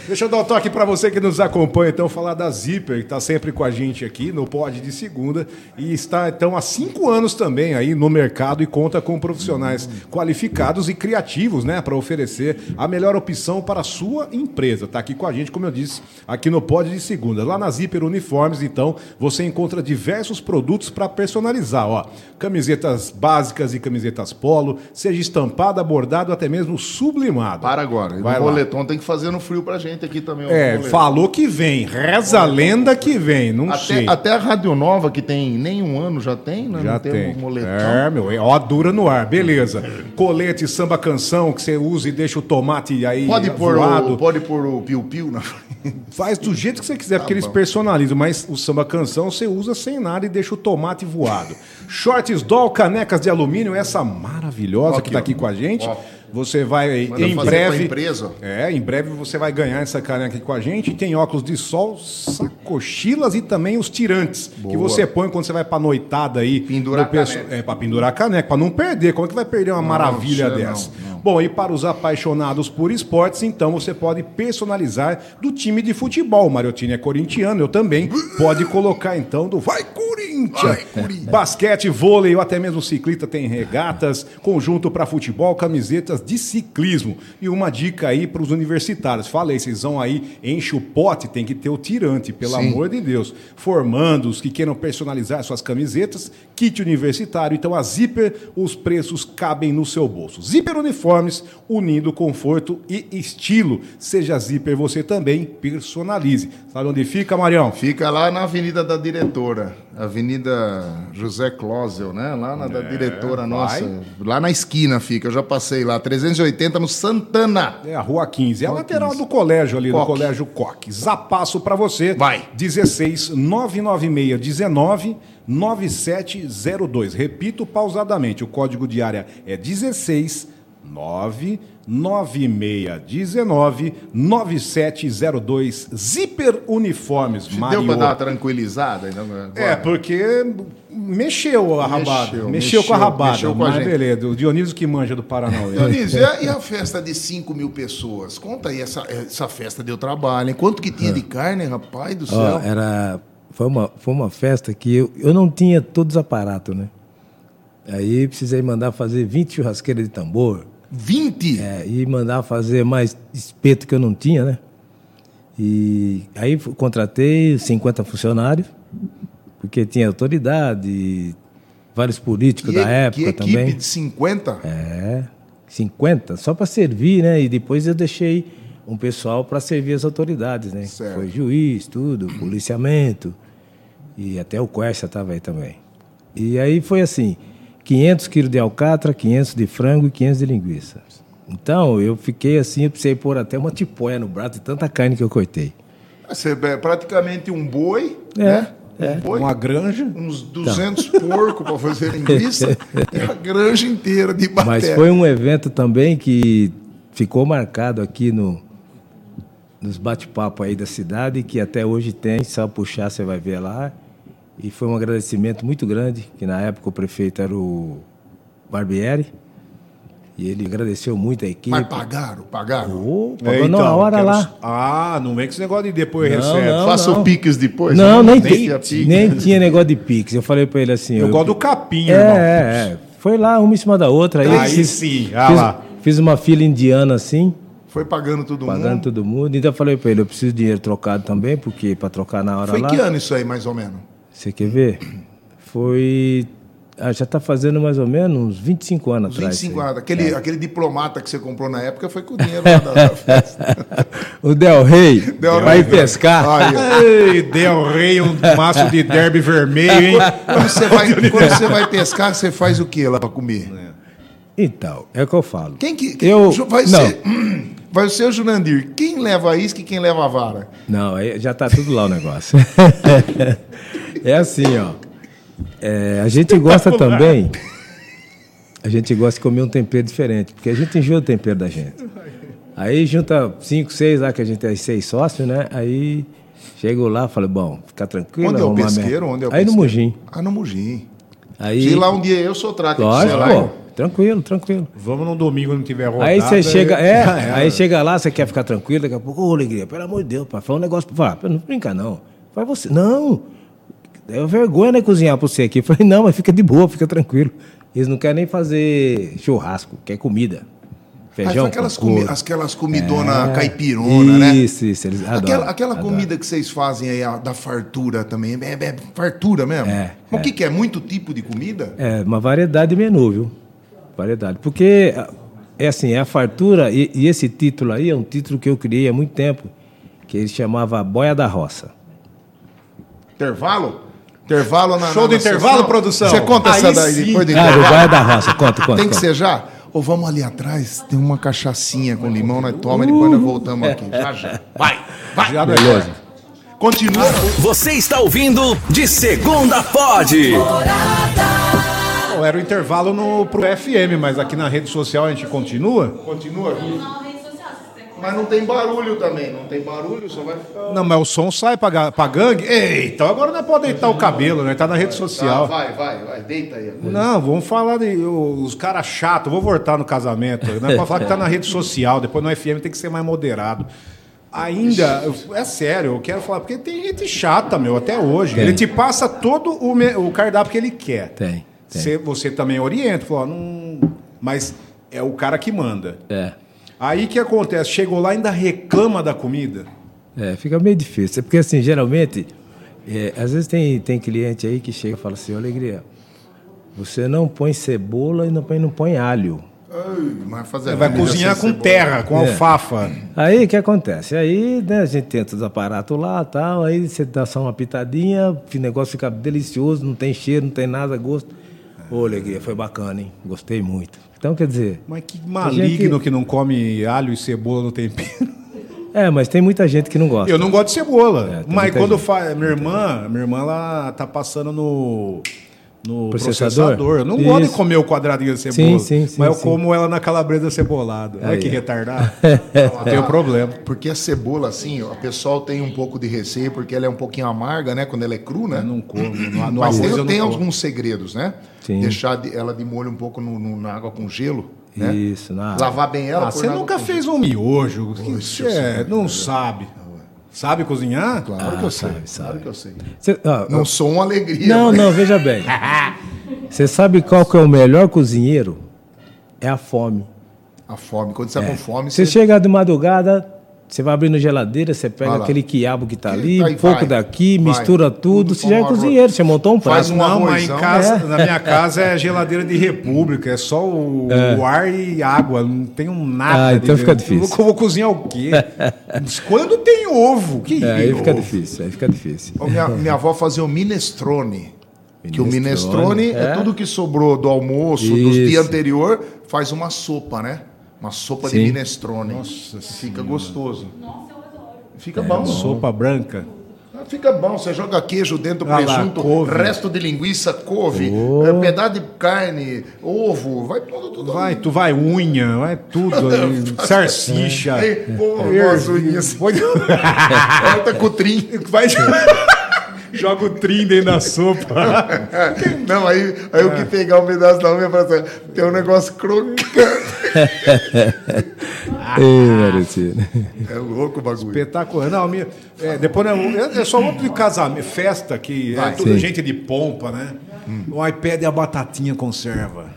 S5: Deixa eu dar um toque pra você que nos acompanha, então, falar da Zipper, que tá sempre com a gente aqui no Pod de Segunda e está, então, há cinco anos também aí no mercado e conta com profissionais qualificados e criativos, né, para oferecer a melhor opção para a sua empresa. Tá aqui com a gente, como eu disse, aqui no Pod de Segunda. Lá na Zipper Uniformes, então, você encontra diversos produtos para personalizar, ó. Camisetas básicas e camisetas polo, seja estampada, bordado, até mesmo sublimado.
S4: Para agora.
S5: Vai
S4: o
S5: lá.
S4: boletom tem que fazer no frio pra gente aqui também. o
S5: É,
S4: boletom.
S5: falou que vem. Reza a lenda que vem. Não
S4: Até,
S5: sei.
S4: até a Rádio Nova, que tem nem um ano, já tem, né?
S5: Já
S4: Não
S5: tem.
S4: um moletom.
S5: É, meu. é, Ó, dura no ar. Beleza. Colete, samba canção que você usa e deixa o tomate aí
S4: Pode pôr,
S5: voado.
S4: o, pode pôr o piu-piu na frente.
S5: Faz do jeito que você quiser, porque eles
S4: Tá bom.
S5: personalizam, mas o samba canção você usa sem nada e deixa o tomate voado. Shorts doll, canecas de alumínio, essa maravilhosa
S4: Ó
S5: que
S4: aqui,
S5: tá
S4: ó.
S5: aqui com a gente.
S4: Ó.
S5: Você vai eh,
S4: Manda
S5: em
S4: fazer
S5: breve.
S4: pra empresa, ó.
S5: É, em breve você vai ganhar essa caneca aqui com a gente. Tem óculos de sol, sacochilas e também os tirantes que você põe quando você vai pra noitada aí.
S4: Pendurar
S5: do
S4: a caneca.
S5: É, pra pendurar a caneca, pra não perder. Como é que vai perder uma maravilha
S4: não,
S5: dessa?
S4: não.
S5: Bom, e para os apaixonados por esportes, então você pode personalizar do time de futebol. O Mariotini é corintiano, eu também. Pode colocar então do Vai Corinthians! Basquete, vôlei ou até mesmo ciclista tem regatas, conjunto para futebol, camisetas de ciclismo. E uma dica aí para os universitários. Falei, vocês vão aí, enche o pote, tem que ter o tirante, pelo amor de Deus. Formandos que queiram personalizar suas camisetas, kit universitário. Então a Zipper, os preços cabem no seu bolso. Zipper Uniformes, unindo conforto e estilo. Seja Zipper você também, personalize. Sabe onde fica, Marião?
S4: Fica lá na Avenida da Diretora, Avenida José Closel, né? Lá na da diretora nossa. Lá na esquina fica, eu já passei lá. 380 no Santana.
S5: É a Rua 15. É a lateral do colégio ali,
S4: Coque.
S5: do Colégio Coque. Zapasso pra você.
S4: Vai.
S5: 16 996 19 9702. Repito pausadamente, o código de área é 16 99619-9702 Zipper Uniformes,
S4: Te
S5: Mário.
S4: deu pra dar uma tranquilizada? então? ainda agora?
S5: É, porque mexeu a rabada. Mexeu,
S4: Mexeu,
S5: com a
S4: mexeu,
S5: rabada.
S4: mexeu com a
S5: mas
S4: gente.
S5: beleza, o Dionísio que manja do Paraná.
S4: Dionísio, e a, e a festa de 5 mil pessoas? Conta aí, essa, essa festa deu trabalho, hein? Quanto que tinha de carne, rapaz do
S6: Ó,
S4: céu?
S6: era, foi, uma, foi uma festa que eu, eu não tinha todos os aparatos, né? Aí precisei mandar fazer 20 churrasqueiras de tambor
S4: 20?
S6: é, e mandar fazer mais espeto que eu não tinha, né? E aí fu- contratei 50 funcionários, porque tinha autoridade, vários políticos
S4: Que
S6: da
S4: e- que
S6: época
S4: equipe
S6: também.
S4: de 50?
S6: É, 50, só para servir, né? E depois eu deixei um pessoal para servir as autoridades, né?
S4: Certo.
S6: Foi juiz, tudo, policiamento. E até o Quercia estava aí também. E aí foi assim, 500 quilos de alcatra, 500 de frango e 500 de linguiça. Então, eu fiquei assim, eu precisei pôr até uma tipóia no braço de tanta carne que eu cortei.
S4: Você é praticamente um boi,
S6: É,
S4: né?
S6: é.
S4: Um boi.
S5: Uma granja.
S4: Uns
S6: Tá.
S4: 200 porcos para fazer linguiça e a granja inteira de baté.
S6: Mas foi um evento também que ficou marcado aqui no, nos bate-papo aí da cidade, que até hoje tem, só puxar você vai ver lá. E foi um agradecimento muito grande, que na época o prefeito era o Barbieri, e ele agradeceu muito a equipe.
S4: Mas pagaram, pagaram.
S6: Ô,
S5: É,
S6: pagou na
S5: então,
S6: hora
S5: quero-
S6: lá.
S5: Ah, não vem com esse negócio de depois
S6: Não,
S5: recebe.
S6: não.
S4: Faça o Pix depois.
S6: Não,
S4: né?
S6: nem,
S4: tinha
S6: tinha,
S4: Pix.
S6: nem tinha negócio de Pix. Eu falei pra ele assim...
S5: Eu gosto do capim,
S6: É,
S5: irmão.
S6: é, é. Foi lá, uma em cima da outra. Aí,
S5: Aí
S6: fiz-
S5: sim, ah
S6: fiz-
S5: lá.
S6: fiz uma fila indiana assim...
S4: Foi pagando todo
S6: Pagando
S4: mundo.
S6: todo mundo. Então eu falei pra ele, eu preciso de dinheiro trocado também, porque pra trocar na hora
S4: Foi
S6: lá.
S4: que ano isso aí, mais ou menos?
S6: Você quer ver? Foi. Ah, já tá fazendo mais ou menos uns 25 anos
S4: Uns
S6: atrás.
S4: 25
S6: isso aí. É.
S4: anos. Aquele, aquele diplomata que você comprou na época foi com o dinheiro lá da, da festa.
S6: O Del Rey vai
S4: Rey. né?
S6: pescar.
S4: Aí, ó.
S5: Ei, deu rei um maço de derby vermelho, hein?
S4: Quando você, vai, quando você vai pescar, você faz o que lá para comer?
S6: Então, é o que eu falo.
S4: Quem que.
S6: É. Eu.
S4: vai,
S6: não,
S4: Ser, vai ser o Jurandir. Quem leva a isca e quem leva a vara?
S6: não, aí já tá tudo lá o negócio. é assim, ó. É, a gente gosta também. A gente gosta de comer um tempero diferente, porque a gente enjoa o tempero da gente. Aí junta cinco, seis lá, que a gente é seis sócios, né? Aí chego lá, falo, bom, fica tranquilo.
S4: Onde é o
S6: arrumar minha-
S4: pesqueiro? Onde é o
S6: Aí no
S4: pesqueiro?
S6: Mugim.
S4: Ah, no Mugim.
S6: Aí,
S4: Se lá um dia eu sou trato
S6: lógico,
S4: lá.
S6: pô, tranquilo, tranquilo.
S5: Vamos num domingo não tiver rodada.
S6: Aí você chega, é,
S5: já era.
S6: aí chega lá, você quer ficar tranquilo, daqui a pouco, ô alegria, pelo amor de Deus, pai, fala um negócio pra falar, não brinca não. Faz você, não, é vergonha né, cozinhar pra você aqui. Eu falei, não, mas fica de boa, fica tranquilo. Eles não querem nem fazer churrasco, quer comida.
S4: Aí
S6: Feijão,
S4: foi Ah, aquelas,
S6: com couve.
S4: comi aquelas comidona caipirona, né?
S6: Isso, isso, eles adoram.
S4: Aquela, aquela
S6: adoram.
S4: comida que vocês fazem aí, a da fartura também, é, é fartura mesmo?
S6: É,
S4: Mas o que, que é? Muito tipo de comida?
S6: É, uma variedade de menu, viu? Variedade. Porque a- é assim, é a fartura, e, e esse título aí é um título que eu criei há muito tempo, que ele chamava Boia da Roça.
S4: Intervalo? Intervalo na.
S5: Show
S4: na-
S5: do
S4: na
S5: intervalo,
S4: sessão?
S5: produção?
S4: Você conta essa
S5: Aí
S4: daí
S5: sim.
S4: depois do
S6: Ah,
S4: intervalo.
S6: Boia da Roça, conta, conta.
S4: Tem que
S6: conta.
S4: ser já? Ou vamos ali atrás, tem uma cachaçinha com limão, nós toma e depois nós voltamos aqui. Já, já. Vai, vai.
S5: Já beleza.
S4: Continua.
S3: Você está ouvindo De Segunda Pode.
S5: Bom, Era o intervalo no, pro FM, mas aqui na rede social a gente continua.
S4: Continua. Mas não tem barulho também, não tem barulho, só vai ficar.
S5: Não, mas o som sai pra, ga- pra gangue. Ei, então agora não é pode deitar o cabelo, né? Tá na rede
S4: Ah,
S5: social.
S4: vai, vai, vai, deita aí. agora.
S5: Não, vamos falar de os caras chatos. Vou voltar no casamento. Não é pra falar que tá na rede social. Depois no FM tem que ser mais moderado. Ainda, eu- é sério, eu quero falar, porque tem gente chata, meu, até hoje.
S6: Tem.
S5: Ele te passa todo o, me- o cardápio que ele quer.
S6: Tem, tem.
S5: Cê- você também orienta, fala, não. Mas é o cara que manda.
S6: É,
S5: Aí que acontece? Chegou lá e ainda reclama da comida.
S6: é, fica meio difícil. É porque assim, geralmente, é, às vezes tem, tem cliente aí que chega e fala assim, "Ô, alegria, você não põe cebola e não põe, não põe alho.
S4: Ai, mas fazer
S5: Você vai
S4: comida
S5: cozinhar
S4: sem
S5: com
S4: cebola.
S5: terra, com
S6: É.
S5: alfafa.
S6: Aí o que acontece? Aí né, a gente tem todos os aparatos lá tal, aí você dá só uma pitadinha, o negócio fica delicioso, não tem cheiro, não tem nada, gosto. Ô, alegria, foi bacana, hein? Gostei muito. Então, quer dizer,
S5: Mas que maligno
S6: gente-
S5: que não come alho e cebola no tempero.
S6: é, mas tem muita gente que não gosta.
S5: Eu não gosto de cebola.
S6: É, tem
S5: mas
S6: muita
S5: quando
S6: gente.
S5: faz. Minha irmã, minha irmã, ela tá passando no. No processador.
S6: Processador?
S5: Eu não gosto de
S6: Isso.
S5: comer o quadradinho de cebola.
S6: sim, sim,
S5: mas eu
S6: sim.
S5: como ela na calabresa cebolada. Olha
S6: Aí,
S5: que
S6: ó.
S5: retardado. Não tem problema.
S4: Porque a cebola, assim, ó, o pessoal tem um pouco de receio, porque ela é um pouquinho amarga, né? Quando ela é cru, né?
S5: Eu não como. No, no
S4: Mas
S5: arroz
S4: tem,
S5: eu não
S4: tem
S5: como.
S4: alguns segredos, né?
S6: Sim.
S4: Deixar de- ela de molho um pouco no- no- na água com gelo, né?
S6: Isso, na água.
S4: Lavar bem ela.
S5: Ah,
S4: pôr
S5: você
S4: na água
S5: nunca
S4: com
S5: fez um miojo. Que
S4: Poxa,
S5: é,
S4: senhora.
S5: não sabe. Sabe cozinhar?
S4: gelo. Claro que eu sei.
S6: sabe, sabe.
S4: Claro que eu sei.
S6: Cê- ó,
S4: Não sou uma alegria. né?
S6: Não,
S4: mas-
S6: não, veja bem. Você sabe qual que é o melhor cozinheiro? É a fome.
S4: A fome. Quando você
S5: É.
S4: está com fome,
S6: Você chega de madrugada, você vai abrindo geladeira, você pega
S4: Vai lá.
S6: aquele quiabo que tá
S4: Que
S6: ali,
S4: tá aí,
S6: um pouco
S4: vai,
S6: daqui,
S4: vai.
S6: mistura tudo. Você já é
S4: Faz um
S6: cozinheiro,
S4: arroz.
S6: você montou um prato.
S4: Faz um
S5: Não, mas
S4: arrozão.
S5: em casa, na minha casa é geladeira de república, é só o, o ar e água, não tem um nada.
S6: Ah,
S5: de
S6: então fica
S5: dentro. Eu
S6: difícil.
S5: vou- vou cozinhar o quê? Quando tem ovo? Que
S6: É, aí
S5: ovo?
S6: fica difícil, aí fica difícil.
S4: Ó, Minha, minha avó fazia o minestrone. Que o
S6: Minestrone,
S4: minestrone é.
S6: é.
S4: tudo que sobrou do almoço, dos
S6: Isso.
S4: dias anterior, faz uma sopa, né? Uma sopa de
S6: Sim.
S4: minestrone. Nossa, fica gostoso.
S6: É,
S4: Fica bom.
S5: Sopa branca.
S4: Ah, Fica bom, você joga queijo dentro,
S5: Ah lá,
S4: presunto,
S5: couve.
S4: resto de linguiça, couve,
S6: Oh.
S4: eh, pedaço de carne, ovo, vai tudo, tudo.
S5: Vai, tu vai unha, vai tudo aí, sarsicha.
S4: Ei, pô,
S5: É.
S4: nossa, unhas. Bota cutrim.
S5: Vai joga o trim dentro da sopa.
S4: Não, aí, aí
S5: É.
S4: o que pegar um pedaço da unha fala assim, tem um negócio crocante.
S6: Ei, Maricina.
S4: É louco o bagulho.
S5: Espetacular. Não, minha, é, depois né, eu, é só outro de casamento, festa que é
S4: Vai.
S5: tudo
S6: Sim. Hum.
S5: gente de pompa, né? O iPad e a batatinha conserva.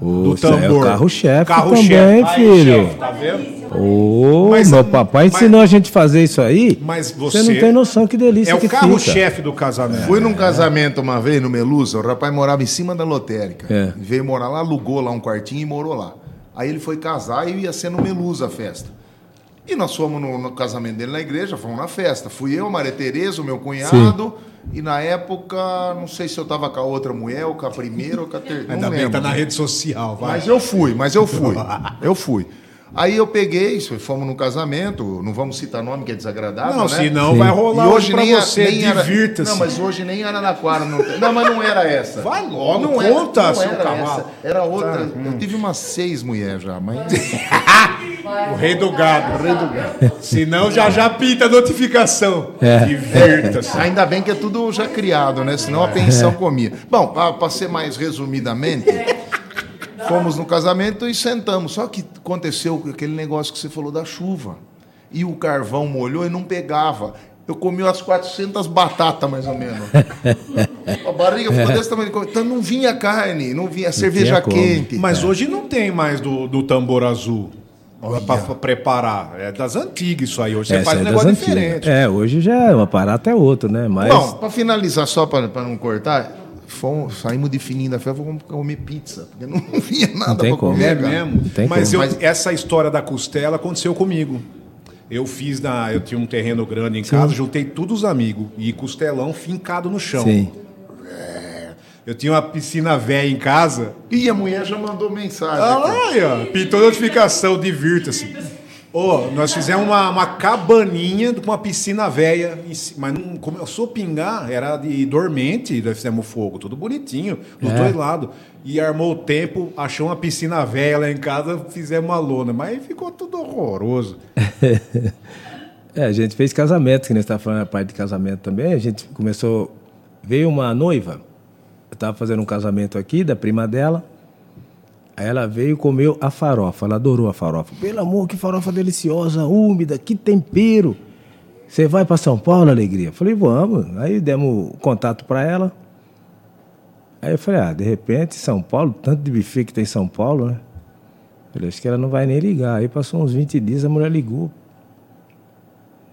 S6: Ô, cê É o carro-chefe
S5: Carro-chefe.
S6: também,
S5: Aí,
S6: filho.
S5: chefe, tá vendo?
S6: Ô,
S5: Mas-
S6: meu papai
S5: mas-
S6: ensinou a gente a fazer isso aí.
S5: Mas
S6: Você
S5: você
S6: não tem noção que delícia
S5: É o
S6: que fica.
S5: carro-chefe do casamento.
S4: Fui num casamento uma vez no Melusa, o rapaz morava em cima da lotérica.
S6: É.
S4: Veio morar lá, alugou lá um quartinho e morou lá. Aí ele foi casar e ia ser no Melusa a festa. E nós fomos no, no casamento dele na igreja, fomos na festa. Fui eu, Maria Tereza, o meu cunhado. E na época, não sei se eu tava com a outra mulher, ou com a primeira, ou com a terceira.
S5: Ainda
S4: não
S5: bem que tá
S4: lembro.
S5: na rede social, vai.
S4: Mas eu fui, mas eu fui. Eu fui. Aí eu peguei, fomos num casamento, não vamos citar nome que é desagradável,
S5: não,
S4: né?
S5: senão
S6: Sim.
S5: vai rolar
S4: e
S5: hoje
S4: hoje
S5: pra
S4: nem, a-
S5: você,
S4: nem era-
S5: divirta-se.
S4: Não, mas hoje nem Araraquara não tem. Não, mas não era essa.
S5: Vai logo,
S4: não
S5: conta,
S4: era, não
S5: seu
S4: era
S5: cavalo. Tá.
S4: Essa, era outra. Eu tive umas seis mulheres já, mas
S5: O rei do gado. Senão já já pinta a notificação.
S6: É.
S5: Divirta-se.
S4: ainda bem que é tudo já criado, né? Senão
S6: É.
S4: a pensão comia. Bom, para ser mais resumidamente, fomos no casamento e sentamos. Só que aconteceu aquele negócio que você falou da chuva. E o carvão molhou e não pegava. Eu comi umas 400 batatas, mais ou menos. A barriga ficou desse tamanho. Então não vinha carne, não vinha cerveja
S6: como.
S4: quente.
S5: Mas hoje não tem mais do, do tambor azul pra, pra preparar. É das antigas isso aí. Hoje você
S6: Essa
S5: faz um
S6: é das
S5: negócio
S6: antigas.
S5: diferente.
S6: É, hoje já é uma parada é outro, né? Mas
S4: Bom, para finalizar, só para não cortar, fomos, saímos de fininho da festa, vamos comer pizza. Porque não vinha nada
S6: tem
S4: para
S6: como.
S4: comer.
S5: É
S4: cara.
S5: mesmo.
S6: Tem
S5: Mas, eu-
S6: como.
S5: Mas- essa história da costela aconteceu comigo. Eu fiz na. Eu tinha um terreno grande em casa, juntei todos os amigos e costelão fincado no chão.
S6: sim.
S5: Eu tinha uma piscina velha em casa.
S4: E a mulher já mandou mensagem.
S5: Ah,
S4: aqui.
S5: lá, aí, ó. Pintou notificação, divirta-se. Ô, nós fizemos uma, uma cabaninha com uma piscina velha, em ci- mas não começou a pingar, era de dormente, nós fizemos fogo, tudo bonitinho,
S6: É.
S5: dos dois lados. E armou o tempo, achou uma piscina velha lá em casa, fizemos uma lona, mas ficou tudo horroroso.
S6: É, a gente fez casamento, que nós estávamos falando a parte de casamento também. A gente começou. Veio uma noiva. Eu estava fazendo um casamento aqui da prima dela. Aí ela veio e comeu a farofa. Ela adorou a farofa. Pelo amor, que farofa deliciosa, úmida, que tempero. Você vai para São Paulo, alegria? Eu Falei, vamos. Aí demos o contato para ela. Aí eu falei, ah, de repente, São Paulo, tanto de buffet que tem em São Paulo, né? Eu Falei, acho que ela não vai nem ligar. Aí passou uns 20 dias, a mulher ligou.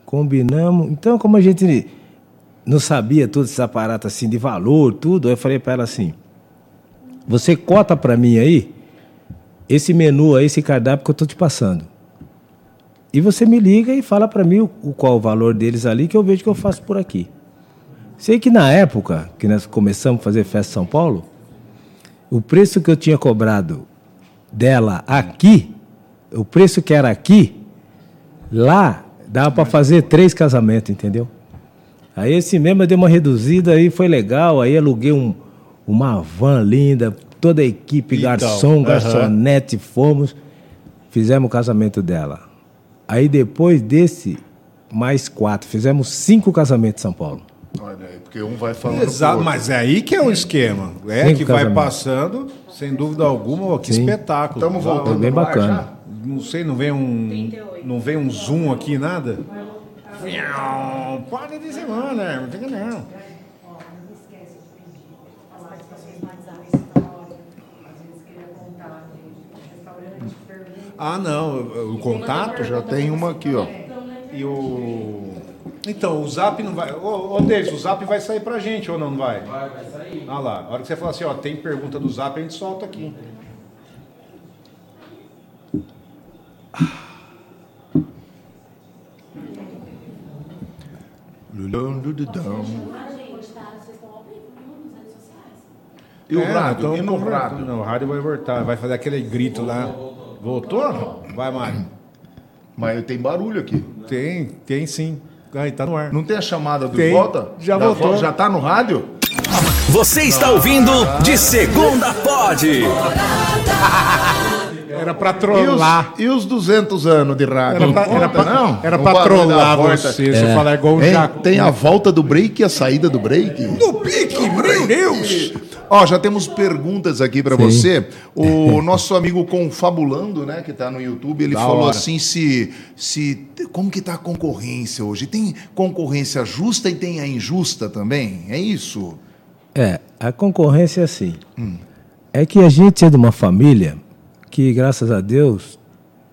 S6: Combinamos. Então, como a gente não sabia todos esses aparatos assim de valor, tudo, aí eu falei para ela assim: você cota para mim aí esse menu aí, esse cardápio que eu tô te passando. E você me liga e fala para mim o, o qual o valor deles ali, que eu vejo que eu faço por aqui. Sei que na época que nós começamos a fazer festa em São Paulo, o preço que eu tinha cobrado dela aqui, o preço que era aqui, Lá dava para fazer três casamentos, entendeu? Aí esse mesmo eu dei uma reduzida aí, foi legal. Aí aluguei um, uma van linda, toda a equipe,
S5: Então,
S6: garçom,
S5: aham.
S6: garçonete, fomos, fizemos o casamento dela. Aí depois desse, mais quatro, fizemos cinco casamentos em São Paulo.
S4: Olha aí, porque um vai falando. pro
S5: é? Exato,
S4: outro.
S5: mas é aí que é o esquema. É
S6: Sim,
S5: que vai
S6: casamento.
S5: passando, sem dúvida alguma, ó, que
S6: Sim.
S5: espetáculo.
S4: Tamo
S5: Vai,
S4: voltando.
S6: Foi É bem
S4: Vai,
S6: bacana.
S5: Não sei, não vem um. Não vem um zoom aqui, nada? Não, Pode dizer, mano, né? não tem que não. Ah, não, o contato
S4: Já tem uma aqui, ó.
S5: e o. Então, o zap não vai. Ô, ô Davis, o zap vai sair pra gente ou não vai? Vai, vai sair. Ah lá, a hora que você falar assim, ó, tem pergunta do zap, a gente solta aqui.
S4: E o
S5: É,
S4: rádio?
S5: então
S4: e no
S5: conver-
S4: rádio?
S5: Não, o rádio vai voltar, vai fazer aquele grito lá. Voltou? Vai, Mário.
S4: Mas tem barulho aqui.
S5: Tem, tem sim. Aí tá no ar.
S4: Não tem a chamada de
S5: Tem.
S4: volta?
S5: Já
S4: Da
S5: voltou.
S4: volta? Já tá no rádio?
S3: Você está ouvindo De Segunda Pode.
S5: Era pra
S4: E os, e os 200 anos de rádio?
S5: Era pra,
S4: Não
S5: era
S4: conta,
S5: pra-
S4: não?
S5: era
S4: O
S5: pra
S4: barulho da
S5: trollar
S4: porta.
S5: você,
S6: É.
S5: você falar igual um
S4: Hein?
S5: jacu.
S4: Tem a volta do break e a saída do break? No pique, meu Deus! Ó, já temos perguntas aqui pra você. O nosso amigo Confabulando, né, que tá no YouTube, ele
S5: Da
S4: falou
S5: hora.
S4: assim se se como que tá a concorrência hoje? Tem concorrência justa e tem a injusta também? É isso?
S6: É, a concorrência é assim. É que a gente é de uma família que, graças a Deus,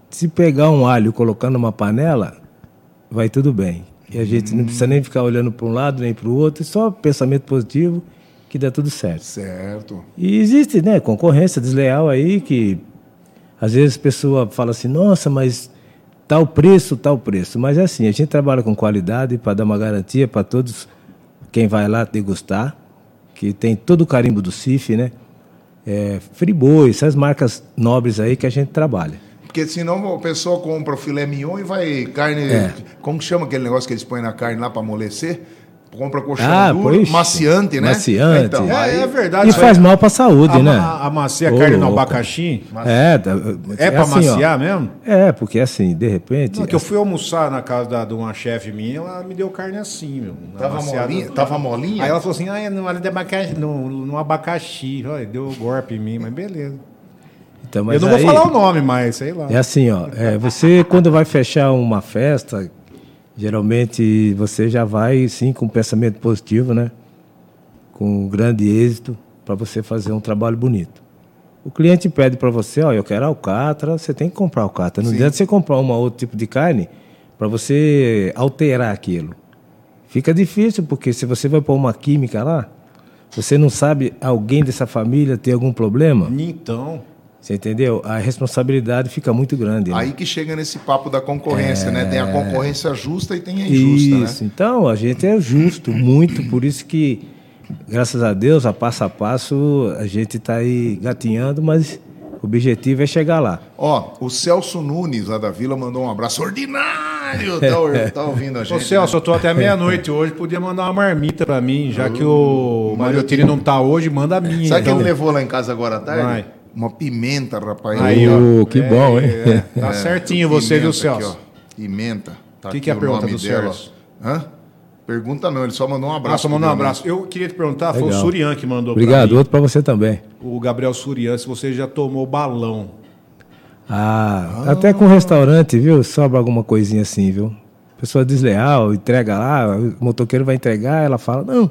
S6: se pegar um alho e colocar numa panela, vai tudo bem. E a gente não precisa nem ficar olhando para um lado nem para o outro, só pensamento positivo que dá tudo certo.
S4: Certo.
S6: E existe, né, concorrência desleal aí que às vezes a pessoa fala assim, nossa, mas tal preço, tal preço. Mas é assim, a gente trabalha com qualidade para dar uma garantia para todos quem vai lá degustar, que tem todo o carimbo do CIF, né? É, Friboi, essas marcas nobres aí que a gente trabalha.
S4: Porque senão a pessoa compra o filé mignon e vai carne.
S5: É.
S4: Como que chama aquele negócio que eles põem na carne lá pra amolecer? Compra colchão
S6: Ah,
S4: duro,
S6: pois.
S4: maciante, né?
S6: Maciante.
S4: Então,
S5: É,
S4: aí-
S5: é verdade.
S6: E faz mal para a saúde,
S5: a,
S6: né?
S5: A, a macia
S6: Ô,
S5: carne no
S6: louco.
S5: abacaxi.
S6: É, tá-
S5: É, pra
S6: assim, ó.
S5: maciar mesmo?
S6: É, porque assim, de repente...
S5: Não, que eu fui almoçar na casa da- de uma chefe minha, ela me deu carne assim, meu. na
S4: Tava
S5: maciada.
S4: molinha? Tava molinha?
S5: Aí ela falou assim, ah, é no alho de abacaxi, no, no abacaxi. Olha, deu um golpe em mim, mas beleza.
S6: então, mas
S5: eu não
S6: aí-
S5: vou falar o nome, mas sei lá.
S6: É assim, ó. é, você, quando vai fechar uma festa, geralmente você já vai, sim, com um pensamento positivo, né? Com um grande êxito, para você fazer um trabalho bonito. O cliente pede para você, ó, eu quero alcatra, você tem que comprar alcatra. Não adianta você comprar um outro tipo de carne para você alterar aquilo. Fica difícil, porque se você vai pôr uma química lá, você não sabe alguém dessa família tem algum problema.
S5: Então,
S6: Você entendeu? A responsabilidade fica muito grande. né?
S4: Aí que chega nesse papo da concorrência, né?
S5: É.
S4: Tem a concorrência justa e tem a injusta, né?
S6: Isso,
S5: né?
S6: então a gente é justo, muito, por isso que, graças a Deus, a passo a passo, a gente está aí gatinhando, mas o objetivo é chegar lá.
S4: né? Ó, o Celso Nunes, lá da Vila, mandou um abraço ordinário! Tá, or- tá ouvindo a
S5: ô
S4: gente?
S5: Celso, eu tô até meia-noite hoje, podia mandar uma marmita pra mim, já que o Mariotini não tá hoje, manda a minha.
S4: né? Sabe
S5: então.
S4: quem levou lá em casa agora à tarde?
S5: Vai.
S4: Uma pimenta, rapaz.
S5: Aí, ó.
S6: Ô, que bom, hein?
S5: É, tá certinho você, viu,
S4: Pimenta aqui,
S5: Celso?
S4: ó. Pimenta. Tá
S5: Que
S4: aqui
S5: que é a
S4: o
S5: pergunta
S4: nome
S5: do
S4: dela.
S5: Celso?
S4: Hã? Pergunta não, ele só mandou um abraço.
S5: Abraço, mandou um
S4: pro Leonardo.
S5: abraço. Eu queria te perguntar, foi o
S6: Legal.
S5: Surian que mandou
S6: Obrigado,
S5: pra mim.
S6: outro para você também.
S5: O Gabriel Surian, se você já tomou balão.
S6: Ah, até com restaurante, viu? Sobra alguma coisinha assim, viu? Pessoa desleal, entrega lá, o motoqueiro vai entregar, ela fala, não,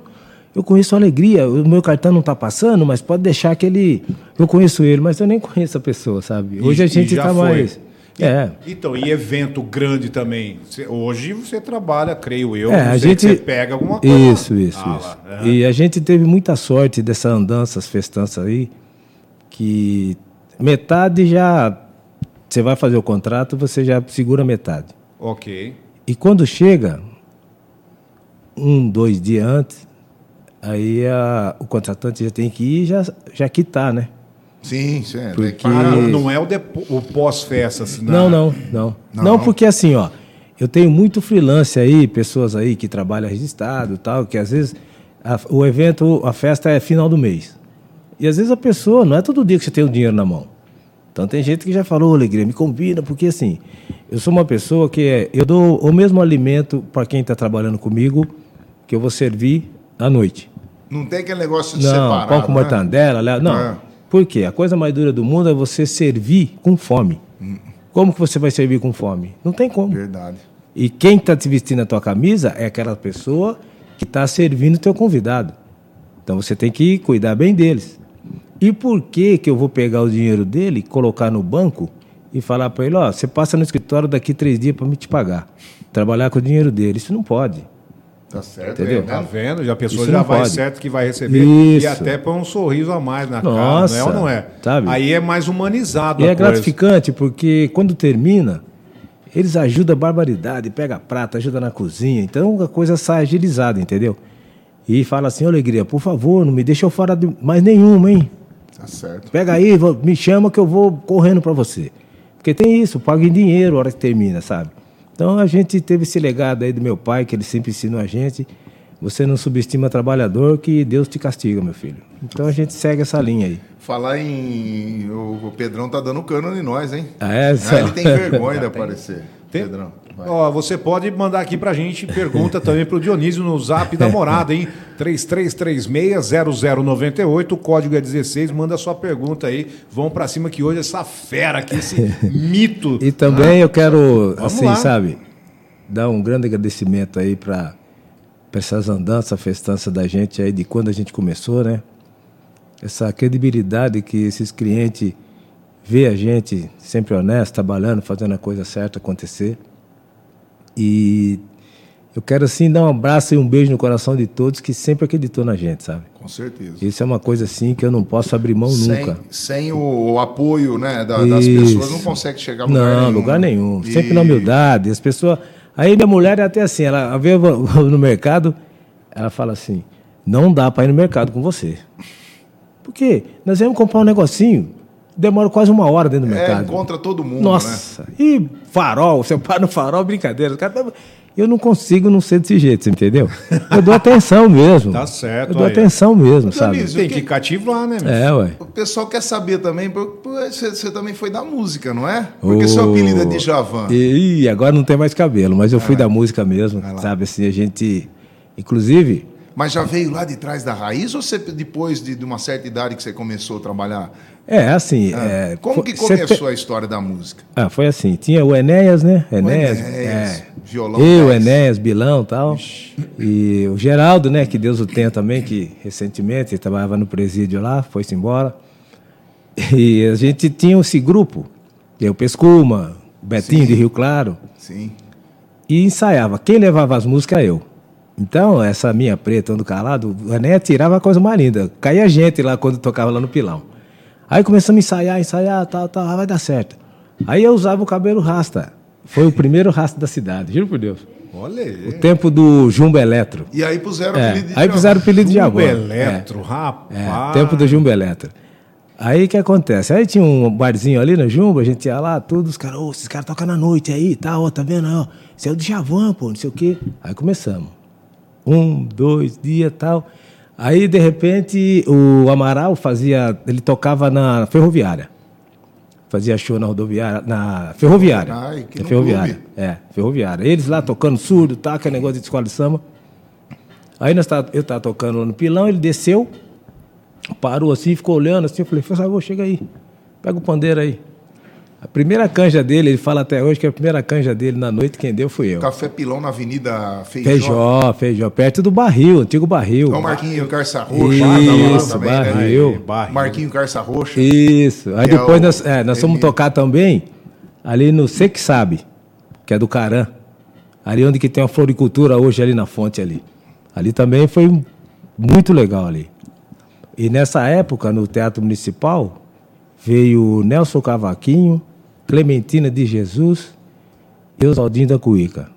S6: eu conheço a alegria, o meu cartão não tá passando, mas pode deixar que ele. Eu conheço ele, mas eu nem conheço a pessoa, sabe? Hoje
S5: E-
S6: a
S5: e
S6: gente
S5: já
S6: tá
S5: foi.
S6: mais.
S5: E-
S6: É.
S5: Então, e evento grande também? Cê- hoje você trabalha, creio eu,
S6: É,
S5: não
S6: a
S5: sei,
S6: gente
S5: você pega alguma coisa.
S6: Isso, isso,
S5: Ah,
S6: isso.
S5: lá, aham.
S6: E a gente teve muita sorte dessa andança, as festanças aí, que metade já você vai fazer o contrato, você já segura metade.
S5: Ok.
S6: E quando chega um, dois dias antes, aí a- o contratante já tem que ir e já já quitar, né?
S4: Sim, sim. é,
S6: Porque-
S4: né?
S5: Ah, não,
S6: Isso.
S5: não é o, depo- o pós-festa, assim,
S6: Não, não, né? não. Não, porque assim, ó, eu tenho muito freelance aí, pessoas aí que trabalham registrado e tal, que às vezes a- o evento, a festa é final do mês. E às vezes a pessoa, não é todo dia que você tem o dinheiro na mão. Então tem gente que já falou, "Ô, alegria, me combina, porque assim, eu sou uma pessoa que é, eu dou o mesmo alimento para quem está trabalhando comigo que eu vou servir à noite.
S4: Não tem aquele negócio de
S6: Não,
S4: separar.
S6: pão com mortadela, né? não.
S4: É.
S6: Por quê? A coisa mais dura do mundo é você servir com fome. Como que você vai servir com fome? Não tem como.
S4: Verdade.
S6: E quem está te vestindo a tua camisa é aquela pessoa que está servindo o teu convidado. Então você tem que cuidar bem deles. E por que que eu vou pegar o dinheiro dele, colocar no banco e falar para ele, ó, você passa no escritório daqui três dias para me te pagar. Trabalhar com o dinheiro dele, isso não pode.
S4: Tá certo,
S6: Entendeu?
S4: é,
S5: Tá
S4: né?
S5: vendo? Já a pessoa
S6: Isso
S5: já
S6: não
S5: vai
S6: pode.
S5: certo que vai receber.
S6: Isso.
S5: E até põe um sorriso a mais na
S6: Nossa,
S5: cara, não é ou não é?
S6: sabe?
S5: Aí é mais humanizado
S6: E
S5: a
S6: é
S5: coisa.
S6: gratificante porque quando termina, eles ajudam a barbaridade, pega prata, ajuda na cozinha, então a coisa sai agilizada, entendeu? E fala assim, "Ô, alegria, por favor, não me deixa eu fora de mais nenhuma, hein?
S4: Tá certo.
S6: Pega aí, vou- me chama que eu vou correndo pra você. Porque tem isso, paga em dinheiro a hora que termina, sabe? Então a gente teve esse legado aí do meu pai, que ele sempre ensinou a gente. Você não subestima trabalhador, que Deus te castiga, meu filho. Então a gente segue essa linha aí.
S4: Falar em. O, o Pedrão tá dando cano em nós, hein?
S6: Ah, é?
S4: Ah, ele tem vergonha de aparecer.
S5: Tem-
S4: Pedrão. vai.
S5: Ó, você pode mandar aqui pra gente pergunta também pro Dionísio no zap
S6: É.
S5: da morada, hein? 33360098, o código é 16, manda sua pergunta aí. Vão pra cima que hoje é essa fera aqui, esse mito.
S6: E também eu quero, assim,
S5: lá.
S6: sabe, dar um grande agradecimento aí para essas andanças, festança da gente aí, de quando a gente começou, né? Essa credibilidade que esses clientes vê a gente sempre honesto, trabalhando, fazendo a coisa certa acontecer. E eu quero, assim, dar um abraço e um beijo no coração de todos que sempre acreditou na gente, sabe?
S4: Com certeza.
S6: Isso é uma coisa, assim, que eu não posso abrir mão nunca.
S4: Sem, sem o, o apoio né, da- das
S6: Isso.
S4: pessoas, não consegue chegar a Tá lugar
S6: não,
S4: nenhum.
S6: lugar nenhum.
S4: E-
S6: Sempre na humildade. As pessoas. Aí minha mulher é até assim, ela vê eu vou no mercado, ela fala assim: não dá para ir no mercado com você. Por quê? Nós vamos comprar um negocinho, demora quase uma hora dentro do
S4: É,
S6: mercado.
S4: encontra todo mundo, né?
S6: né, Nossa, e farol, você para no farol, brincadeira. os caras- tá, Eu não consigo não ser desse jeito, você entendeu? Eu dou atenção mesmo.
S5: Tá certo,
S6: Eu dou
S5: aí.
S6: atenção mesmo, sabe?
S4: Dionísio,
S5: Tem
S4: o
S5: que cativar, né, meu?
S6: É, ué.
S4: O pessoal quer saber também, pô, pô, você você também foi da música, não é? Porque seu
S6: Ô,
S4: apelido é de Javan.
S6: E, e agora não tem mais cabelo, mas eu fui da música mesmo, sabe? Assim, a gente. Inclusive,
S4: Mas já veio lá de trás da raiz ou você, depois de, de uma certa idade que você começou a trabalhar?
S6: é assim. é,
S4: Ah, Como
S6: foi-
S4: que
S6: cê
S4: começou
S6: pe-
S4: a história da música?
S6: Ah, foi assim. Tinha o Enéas, né? Enéas.
S4: Enéas, um
S6: é.
S4: violão
S6: Eu,
S4: 10.
S6: Enéas, Bilão e tal. E o Geraldo, né? Que Deus o tenha também, que recentemente ele trabalhava no presídio lá, foi-se embora. E a gente tinha esse grupo. Eu, Pescuma, o Betinho de Rio Claro.
S4: Sim.
S6: e ensaiava. Quem levava as músicas era eu. Então, essa minha preta, ando calado, o Enéia tirava a coisa mais linda. Caía gente lá quando tocava lá no pilão. Aí começamos a ensaiar, ensaiar, tal, tal, ah, vai dar certo. Aí eu usava o cabelo rasta. Foi o primeiro rasta da cidade, juro por Deus.
S5: Olha
S6: O
S5: aí.
S6: tempo do Jumbo Eletro.
S4: E aí puseram o
S6: É,
S4: apelido de
S6: aí
S4: Javan.
S6: fizeram o apelido de
S5: Jumbo
S6: Javan.
S5: Eletro,
S6: É,
S5: rapaz.
S6: tempo do Jumbo Eletro. Aí o que acontece? Aí tinha um barzinho ali na Jumbo, a gente ia lá, tudo, os caras, ô, esses caras tocam na noite aí e tal, ó, tá vendo? Ó, esse é o Djavan, pô, não sei o quê. Aí começamos. Um, dois dias tal. Aí, de repente, o Amaral fazia. Ele tocava na ferroviária. Fazia show na rodoviária. Na ferroviária.
S4: Ai, que
S6: na
S4: no
S6: ferroviária.
S4: clube.
S6: É, ferroviária. Eles lá tocando surdo, tá, que é negócio de escola de samba. Aí nós tá, eu tava tocando lá no pilão, ele desceu, parou assim, ficou olhando assim, eu falei, Fábio, chega aí, pega o pandeiro aí. A primeira canja dele, ele fala até hoje que a primeira canja dele na noite, quem deu fui eu.
S4: Café Pilão na Avenida Feijó.
S6: Feijó, feijó, perto do barril, antigo barril.
S4: Olha o Marquinho Carça Roxa.
S6: Isso,
S4: lá também, né?
S6: barril.
S5: Barril.
S4: Marquinho Carça Roxa.
S6: Isso. Aí
S4: Que é
S6: depois
S4: o-
S6: nós, é, nós fomos
S4: ele-
S6: tocar também ali no Cê Que Sabe, que é do Caran. Ali onde que tem uma floricultura hoje ali na fonte ali. Ali também foi um- muito legal ali. E nessa época, no Teatro Municipal, veio Nelson Cavaquinho, Clementina de Jesus e Oswaldinho da Cuíca.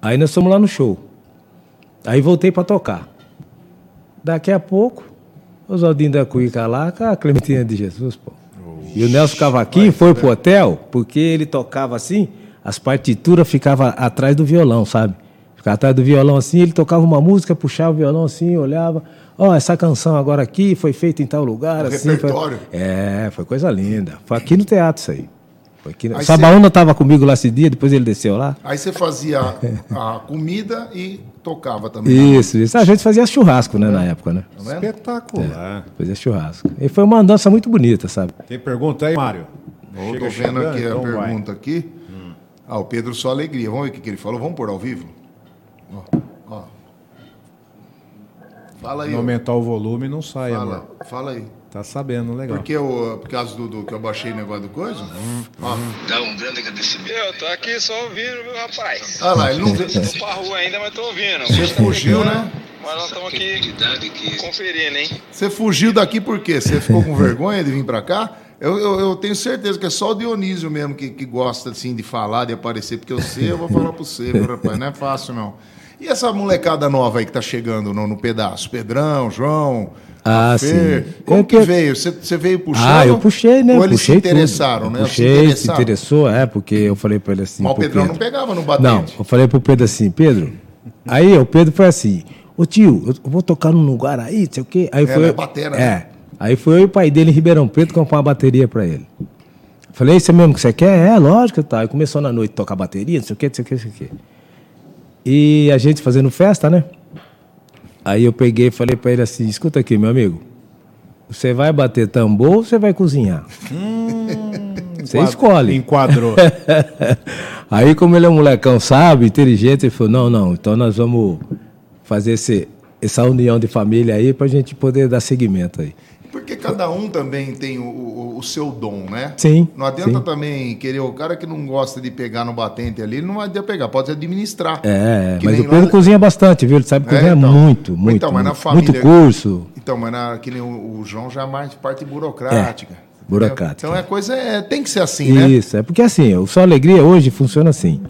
S6: Aí nós fomos lá no show. Aí voltei para tocar. Daqui a pouco, Oswaldinho da Cuica lá com a Clementina de Jesus, pô. E o Nelson Cavaquinho foi pro hotel, porque ele tocava assim, as partituras ficavam atrás do violão, sabe? Ficava Ficava atrás do violão assim, ele tocava uma música, puxava o violão assim, olhava. Ó, essa canção agora aqui foi feita em tal lugar.
S4: Um
S6: assim,
S4: repertório.
S6: Foi... É, foi coisa linda. Foi aqui no teatro isso aí. Foi aqui no...
S4: Aí
S6: Sabaúna estava comigo lá esse dia, depois ele desceu lá.
S4: Aí você fazia a comida e tocava também.
S6: Isso, isso. A gente fazia churrasco, né, na época, né?
S4: Tá vendo?
S5: Espetacular.
S6: Fazia churrasco. E foi uma andança muito bonita, sabe?
S5: Tem pergunta aí, Mário?
S4: Eu
S5: Chega
S4: tô vendo
S5: chegando,
S4: aqui a
S5: então vai. Hum.
S4: pergunta aqui. Ah, o Pedro só alegria. Vamos ver o que, que ele falou. Vamos pôr ao vivo? Ó, ó. Fala aí.
S5: Não
S4: ó.
S5: aumentar o volume não sai, amor.
S4: Fala, fala aí.
S5: Tá sabendo, legal.
S4: Porque eu, por causa do, do que eu baixei o negócio do coisa? Ó.
S7: Dá um grande agradecimento. Eu tô aqui só ouvindo, meu rapaz.
S4: Ah lá, ele não vê.
S7: Tô pra rua ainda, mas tô ouvindo.
S4: Você fugiu, né?
S7: Mas nós estamos aqui conferindo, hein?
S4: Você fugiu daqui por quê? Você ficou com vergonha de vir pra cá? Eu, eu, eu tenho certeza que é só o Dionísio mesmo que, que gosta assim de falar, de aparecer, porque eu sei, eu vou falar pra você, meu rapaz, não é fácil não. E essa molecada nova aí que tá chegando no, no pedaço? Pedrão, João,
S6: Ah,
S4: a
S6: sim.
S4: Como
S6: Eu
S4: que
S6: que- é?
S4: veio? Você, você veio puxando?
S6: Ah, eu puxei, né?
S4: Ou eles
S6: puxei
S4: se interessaram, né?
S6: tudo. Puxei, se interessou, é, porque eu falei pra ele assim.
S4: Mas o
S6: pro
S4: Pedrão não
S6: Pedro.
S4: pegava no um batente.
S6: Não, eu falei pro Pedro assim, Pedro. Aí o Pedro foi assim, ô tio, eu vou tocar num lugar aí, não sei o quê. Aí
S4: É,
S6: foi.
S4: né, batera, né?
S6: é. Aí foi eu e o pai dele em Ribeirão Preto comprar uma bateria pra ele. Falei, isso é mesmo que você quer? É, lógico, tá. Aí começou na noite a tocar bateria, não sei o quê, não sei o quê, não sei o quê. E a gente fazendo festa, né? Aí eu peguei e falei pra ele assim, escuta aqui, meu amigo. Você vai bater tambor ou você vai cozinhar?
S4: Hum.
S6: você escolhe.
S5: Enquadrou.
S6: Aí, como ele é um molecão sábio, inteligente, ele falou: não, não, então nós vamos fazer esse- essa união de família aí pra gente poder dar seguimento aí.
S4: Porque cada um também tem o, o- o seu dom, né?
S6: Sim,
S4: Não adianta
S6: sim.
S4: também querer o cara que não gosta de pegar no batente ali, ele não vai pegar, pode administrar.
S6: É,
S4: Que
S6: mas o
S4: nem
S6: Pedro
S4: lá-
S6: cozinha bastante, viu? Ele sabe
S4: É,
S6: cozinhar
S4: então.
S6: muito, muito.
S4: Então, mas na
S6: muito,
S4: família-
S6: muito curso.
S4: Então, mas na, que nem o, o João já é mais parte burocrática.
S6: É,
S4: entendeu?
S6: burocrática.
S4: Então é coisa, é, tem que ser assim, né?
S6: Isso, é porque assim, o Só Alegria hoje funciona assim.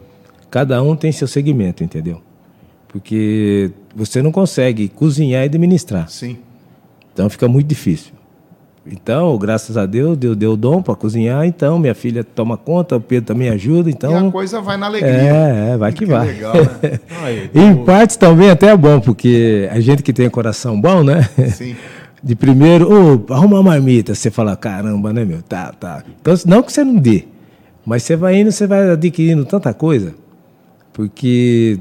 S6: Cada um tem seu segmento, entendeu? Porque você não consegue cozinhar e administrar.
S4: Sim.
S6: Então fica muito difícil. Então, graças a Deus, Deus deu o dom para cozinhar, então minha filha toma conta, o Pedro também ajuda,
S4: e a
S6: então
S4: coisa vai na alegria.
S6: é, é, vai que, vai.
S4: legal, né?
S5: Aí,
S6: em partes também até é bom, porque a gente que tem coração bom, né?
S4: Sim.
S6: De primeiro, ô, arruma uma marmita, você fala, caramba, né, meu? Tá, tá. Então, não que você não dê, mas você vai indo, você vai adquirindo tanta coisa, porque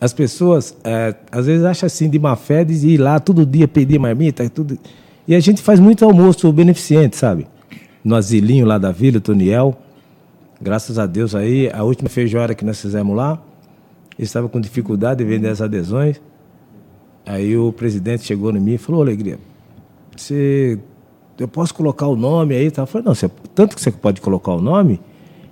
S6: as pessoas, é, às vezes, acham assim, de má fé, de ir lá todo dia pedir marmita, é tudo. E a gente faz muito almoço beneficente, sabe? No asilinho lá da Vila, Toniel. Graças a Deus aí, a última feijoada que nós fizemos lá, eu estava com dificuldade de vender as adesões. Aí o presidente chegou em mim e falou, "Ô, Alegria, você, eu posso colocar o nome aí? e tal?" Eu falei, não, você, tanto que você pode colocar o nome,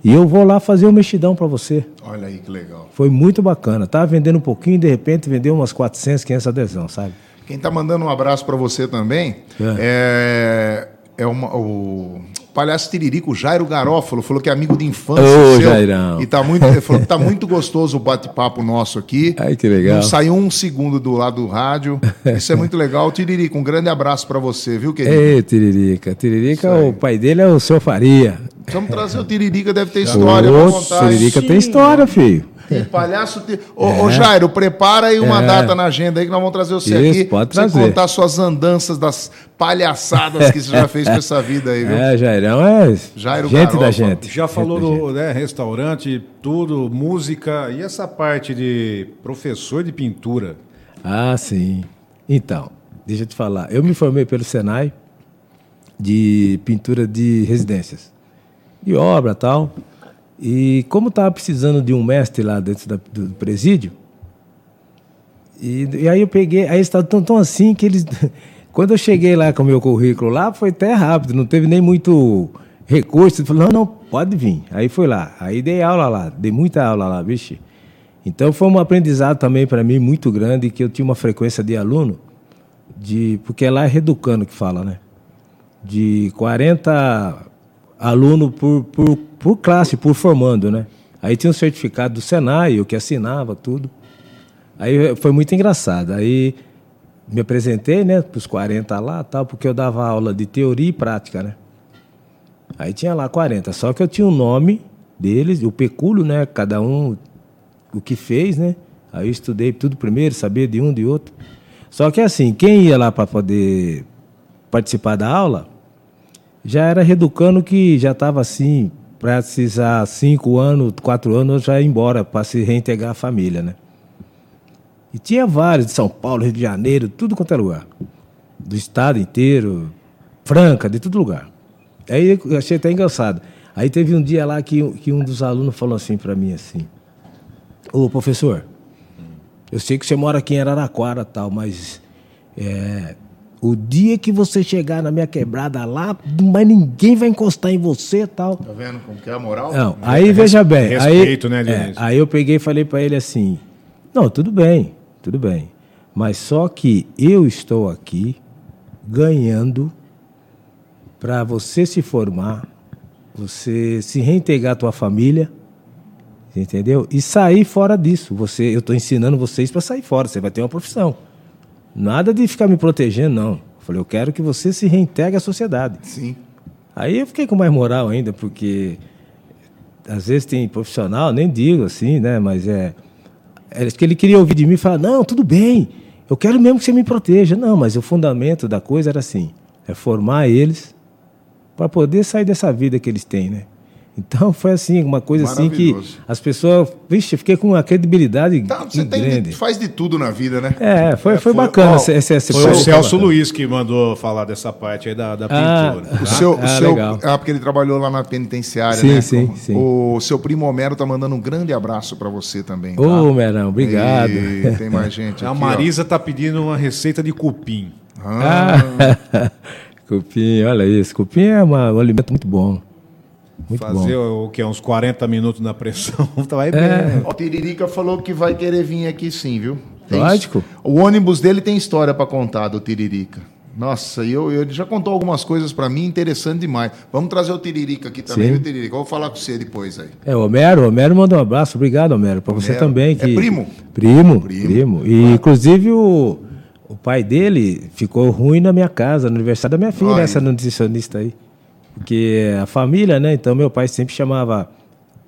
S6: e eu vou lá fazer o mexidão para você.
S4: Olha aí que legal.
S6: Foi muito bacana. Tava vendendo um pouquinho e de repente vendeu umas 400, 500 adesão, sabe?
S4: Quem tá mandando um abraço para você também é, é uma- o palhaço Tiririco Jairo Garófalo, falou que é amigo de infância
S6: Ô,
S4: seu,
S6: Jairão.
S4: e tá muito, ele falou que tá muito gostoso o bate-papo nosso aqui.
S6: Ai, que legal.
S4: Não saiu um segundo do lado do rádio. Isso é muito legal. Tiririco, um grande abraço para você, viu, querido?
S6: Ei, Tiririca. Tiririca,
S4: Isso aí.
S6: o pai dele é o seu Faria.
S4: Vamos trazer o Tiririca, deve ter história pra
S6: Ô,
S4: contar.
S6: Tiririca tem história, filho.
S4: E palhaço. Ti- Ô,
S6: É.
S4: ô, Jairo, prepara aí uma data na agenda aí que nós vamos trazer você
S6: Isso,
S4: aqui.
S6: pode
S4: pra você
S6: trazer.
S4: contar suas andanças das palhaçadas que você já fez com essa vida aí, viu?
S6: É, Jairão é
S4: Jairo
S6: gente
S4: Garofa.
S6: da gente.
S5: Já falou
S6: Gente da
S5: do né, restaurante, tudo, música e essa parte de professor de pintura.
S6: Ah, sim. Então, deixa eu te falar. Eu me formei pelo Senai de pintura de residências, de obra e tal. E como estava precisando de um mestre lá dentro da- do presídio, e, e aí eu peguei, aí eles estavam tão, tão assim que eles. Quando eu cheguei lá com o meu currículo lá, foi até rápido, não teve nem muito recurso. Ele falou, não, não, pode vir. Aí fui lá. Aí dei aula lá, dei muita aula lá, vixe. Então foi um aprendizado também para mim muito grande, que eu tinha uma frequência de aluno, de, porque lá é reeducando que fala, né? de 40 alunos por, por, por classe, por formando, né? Aí tinha um certificado do Senai, eu que assinava tudo. Aí eh, foi muito engraçado. Aí me apresentei, né, para os 40 lá, tal, porque eu dava aula de teoria e prática, né? Aí tinha lá 40, só que eu tinha o nome deles, o pecúlio, né, cada um o que fez, né? Aí eu estudei tudo primeiro, sabia de um, de outro. Só que assim, quem ia lá para poder participar da aula, já era reducando que já estava assim, precisar cinco anos, quatro anos, já ia embora para se reintegrar à família, né? E tinha vários, de São Paulo, Rio de Janeiro, tudo quanto é lugar. Do estado inteiro, Franca, de todo lugar. Aí eu achei até engraçado. Aí teve um dia lá que, que um dos alunos falou assim para mim, assim, ô professor, eu sei que você mora aqui em Araraquara tal, mas é, o dia que você chegar na minha quebrada lá, mas ninguém vai encostar em você tal.
S4: Tá vendo como que é a moral?
S6: Não, aí veja bem.
S5: respeito,
S6: aí,
S5: né,
S6: é,
S5: Dionísio?
S6: aí eu peguei e falei para ele assim: Não, tudo bem, tudo bem. Mas só que eu estou aqui ganhando para você se formar, você se reintegrar à tua família, entendeu? E sair fora disso. Você, eu estou ensinando vocês para sair fora. Você vai ter uma profissão. Nada de ficar me protegendo, não. Eu falei, eu quero que você se reintegre à sociedade.
S4: Sim.
S6: Aí eu fiquei com mais moral ainda, porque às vezes tem profissional, nem digo assim, né? Mas é. É isso que ele queria ouvir de mim e falar: não, tudo bem, eu quero mesmo que você me proteja. Não, mas o fundamento da coisa era assim: é formar eles para poder sair dessa vida que eles têm, né? Então foi assim, uma coisa assim que
S4: Maravilhoso.
S6: as pessoas. Vixe, eu fiquei com uma credibilidade
S4: Tá, você tem
S6: grande.
S4: de, faz de tudo na vida, né?
S6: É, foi, foi,
S5: foi-
S6: bacana
S5: ó,
S6: esse, esse, esse
S5: Foi o
S6: papo,
S5: Celso
S6: bacana.
S5: Luiz que mandou falar dessa parte aí da, da
S6: Ah,
S5: pintura. tá?
S4: O seu,
S6: Ah,
S4: o seu,
S6: legal.
S4: ah, porque ele trabalhou lá na penitenciária,
S6: Sim,
S4: né?
S6: sim,
S4: Com-
S6: sim.
S4: O seu primo Homero tá mandando um grande abraço pra você também. tá?
S6: Ô, Merão, obrigado.
S4: E tem mais gente aqui.
S5: A
S4: ó.
S5: Marisa tá pedindo uma receita de cupim.
S6: Ah, cupim, olha isso. Cupim é uma- um alimento muito bom. Muito
S5: Fazer
S6: bom.
S5: o que? Uns 40 minutos na pressão. Vai bem. né?
S4: Ó, O Tiririca falou que vai querer vir aqui sim, viu?
S6: Lógico.
S4: O ônibus dele tem história pra contar do Tiririca. Nossa, e eu, ele já contou algumas coisas pra mim interessante demais. Vamos trazer o Tiririca aqui também,
S6: Sim.
S4: viu, Tiririca? Eu vou falar com você depois aí.
S6: É, Homero, Homero manda um abraço. Obrigado, Homero. Pra você
S4: Homero.
S6: também.
S4: É
S6: Que...
S4: primo?
S6: Primo,
S4: Primo.
S6: primo. E, inclusive, o, o pai dele ficou ruim na minha casa, no aniversário da minha filha,
S4: Olha.
S6: essa nutricionista aí. Porque a família, né? Então, meu pai sempre chamava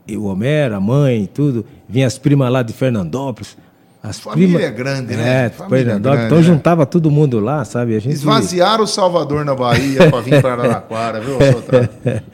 S6: o Homero, a mãe e tudo. Vinha as primas lá de Fernandópolis. As
S4: Família
S6: primas-
S4: é grande, né?
S6: É,
S4: Família
S6: Fernandópolis.
S4: grande,
S6: então,
S4: né?
S6: juntava todo mundo lá, sabe? A gente...
S4: Esvaziaram o Salvador na Bahia pra vir pra Araraquara, viu, Sotra?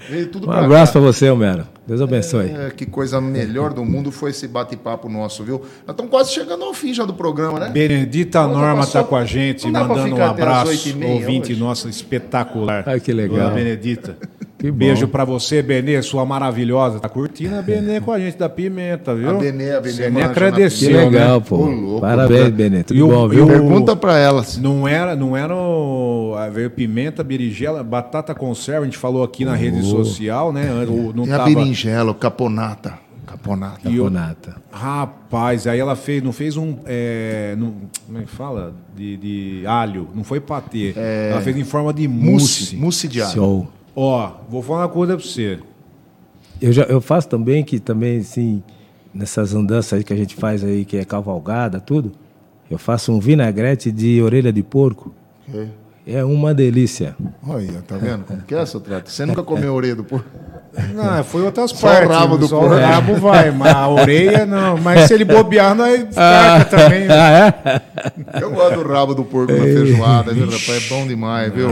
S4: Veio tudo
S6: É. Um
S4: pra
S6: abraço
S4: cá.
S6: pra você, Homero. Deus abençoe.
S4: É, que coisa melhor do mundo foi esse bate-papo nosso, viu? Nós estamos quase chegando ao fim já do programa, né?
S5: Benedita Norma
S4: passou-
S5: tá com a gente,
S4: não dá pra
S5: mandando um
S4: ficar até as
S5: abraço.
S4: oito e meia
S5: Ouvinte
S4: hoje.
S5: nossa, espetacular.
S6: Ai, que legal.
S5: Dona Benedita.
S6: Que bom.
S5: Beijo pra você, Benê, sua maravilhosa. Tá curtindo a Benê com a gente da Pimenta, viu?
S4: A Benê, a Benê
S5: Você nem
S4: manja na
S6: Que
S5: agradeceu,
S4: Pimenta.
S5: né?
S6: legal, pô.
S4: Ô, louco,
S6: Parabéns,
S4: tá-
S6: Benê. Tudo
S5: E o-
S6: bom,
S5: e
S6: viu?
S5: o-
S4: Pergunta pra ela. se-
S5: Não era, não era o, ah, veio pimenta, berinjela, batata conserva, a gente falou aqui na rede social, né? O- Não
S4: Tem a
S5: tava,
S4: berinjela, o caponata. Caponata.
S5: e eu-
S6: Nata.
S5: rapaz, aí ela fez, não fez um, é, não, como é que fala? De, de alho, não foi patê. Ela fez em forma de
S4: É. Mousse.
S5: mousse.
S4: Mousse de alho.
S6: Show.
S5: Ó, vou falar uma coisa pra você.
S6: Eu, já, eu faço também que também, assim, nessas andanças aí que a gente faz aí, que é cavalgada, tudo, eu faço um vinagrete de orelha de porco. É uma delícia.
S4: Olha, tá vendo como que é, Sotrato? Você nunca comeu orelha do porco?
S5: Não, foi outras
S4: Só o
S5: partes.
S4: rabo do
S5: só
S4: porco.
S5: o rabo vai, mas a orelha não. Mas se ele bobear, nós
S4: Ah.
S5: carga também. né?
S4: Eu gosto do rabo do porco na feijoada, viu, rapaz? É bom demais, viu?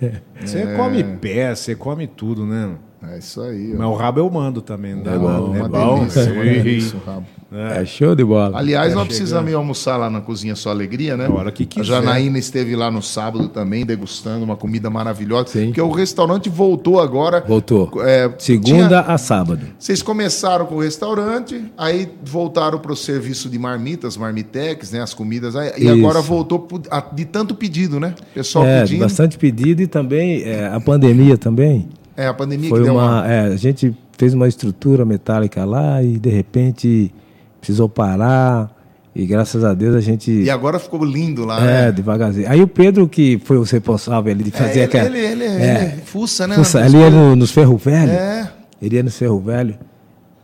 S5: É. Você come pé, você come tudo, né?
S4: É isso aí.
S5: Mas
S4: ó.
S5: o rabo eu mando também. né?
S4: Uma
S5: é
S4: delícia, uma
S5: bom. Sim. Tá
S4: delícia o rabo.
S6: É show de bola.
S4: Aliás, nós precisamos ir almoçar lá na Cozinha Só Alegria, né?
S5: A hora que
S4: A
S5: quiser.
S4: Janaína esteve lá no sábado também, degustando uma comida maravilhosa.
S6: Sim.
S4: Porque o restaurante voltou agora.
S6: Voltou.
S4: É,
S6: Segunda
S4: tinha-
S6: a sábado.
S4: Vocês começaram com o restaurante, aí voltaram para o serviço de marmitas, marmitex, né? As comidas. aí- e
S6: Isso.
S4: agora voltou pro- a- de tanto pedido, né? Pessoal
S6: É,
S4: pedindo.
S6: bastante pedido e também é, a pandemia também.
S4: É, a pandemia
S6: Foi
S4: que deu uma...
S6: uma, é, a gente fez uma estrutura metálica lá e de repente precisou parar e graças a Deus a gente
S4: E agora ficou lindo lá,
S6: é,
S4: né?
S6: devagarzinho. Aí o Pedro que foi o responsável ali de fazer
S4: É, ele,
S6: aquela
S4: ele, ele,
S6: é,
S4: ele fuça, né?
S6: Nossa, ali ia no, nos ferro velho.
S4: É.
S6: Ele ia no ferro velho.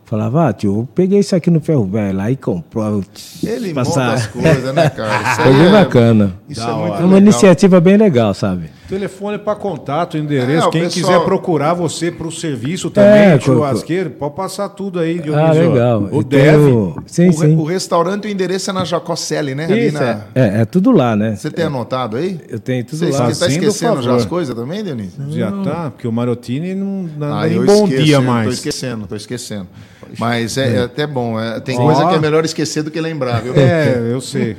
S6: Falava, ah, tio, eu peguei isso aqui no ferro velho lá e comprou.
S4: Ele monta
S6: Passar.
S4: as coisas, né, cara? Isso
S6: Foi
S4: aí
S6: bem
S4: é-
S6: bacana.
S4: Isso
S5: Da
S4: é muito
S5: hora.
S6: É uma
S4: legal.
S6: iniciativa bem legal, sabe?
S5: Telefone para contato, endereço.
S4: É, o
S5: Quem
S4: pessoal-
S5: quiser procurar você para o serviço também,
S6: É,
S5: churrasqueiro, pode passar tudo aí,
S6: Ah,
S5: Dionísio.
S6: legal.
S5: O
S6: Eu
S5: deve.
S6: tenho- Sim,
S4: o, re-
S6: sim.
S4: o restaurante, o endereço é na Jacocelli, né? Ali
S6: Isso,
S4: na-
S6: é, é, é tudo lá, né?
S4: Você tem anotado aí?
S6: Eu tenho tudo
S4: Você
S6: lá.
S4: está
S5: Fazendo
S4: esquecendo já
S5: favor.
S4: as coisas também, Dionísio?
S5: Já tá, porque o Marotini não dá
S4: Ah,
S5: nem
S4: eu
S5: bom
S4: esqueço,
S5: dia
S4: eu Tô
S5: mais.
S4: esquecendo, tô esquecendo. Mas é, é até bom. é- tem
S5: Ó.
S4: coisa que é melhor esquecer do que lembrar, viu?
S5: É, eu sei.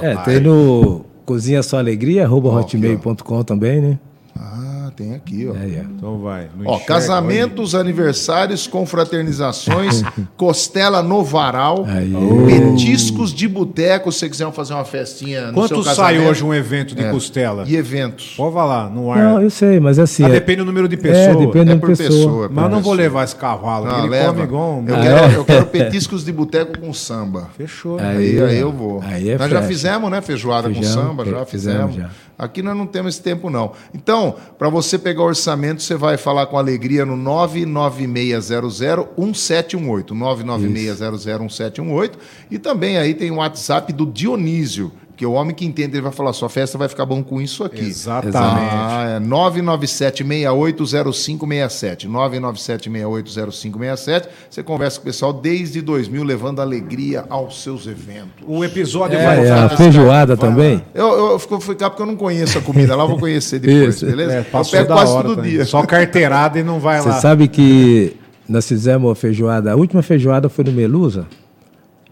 S6: É, tem no Cozinha Só Alegria, arroba hotmail.com também, né?
S4: Ah, tem aqui, ó.
S6: É, é.
S5: Então vai. não
S4: Ó,
S5: enxerga,
S4: casamentos, aniversários, confraternizações, costela no varal,
S6: Aí.
S4: petiscos de boteco, se você quiser fazer uma festinha
S5: olha.
S4: no
S5: Quanto
S4: seu
S5: sai
S4: casamento.
S5: hoje um evento de costela?
S4: E eventos.
S5: Pode falar, no ar.
S6: Não, eu sei, mas assim.
S5: Ah,
S6: é-
S5: depende do número de
S6: É,
S5: pessoas.
S6: depende
S4: É
S6: da
S4: por pessoa.
S6: pessoa.
S4: é por
S5: Mas eu não vou
S4: pessoa.
S5: levar esse cavalo,
S4: Ah,
S5: ele come
S4: leva.
S5: igual um...
S4: eu, quero, eu quero petiscos de boteco com samba.
S5: Fechou.
S4: Aí,
S6: Aí,
S4: aí
S6: ó.
S4: eu vou.
S6: Aí é
S4: nós já
S6: festa.
S4: fizemos, né? Feijoada com
S6: Feijão,
S4: samba, já
S6: fe-
S4: fizemos.
S6: fizemos, já.
S4: Aqui nós não temos esse tempo, não. Então, para você pegar o orçamento, você vai falar com alegria no 996001718. 996001718. E também aí tem o WhatsApp do Dionísio, que é o homem que entende, ele vai falar: sua festa vai ficar bom com isso aqui.
S5: Exatamente.
S4: Ah, é 997-680567. 997-680567. Você conversa com o pessoal desde 2000, levando alegria aos seus eventos.
S5: O episódio
S6: É,
S5: vai...
S6: é, a feijoada também.
S4: Eu, eu fico- vou ficar porque eu não conheço a comida lá, eu vou conhecer depois,
S6: Isso.
S4: beleza?
S5: É,
S4: eu
S5: passou
S4: pego
S5: da
S4: quase
S5: hora
S4: todo
S5: também.
S4: dia.
S5: Só carteirada e não vai
S6: Você
S5: lá.
S6: sabe que nós fizemos a feijoada, a última feijoada foi no Melusa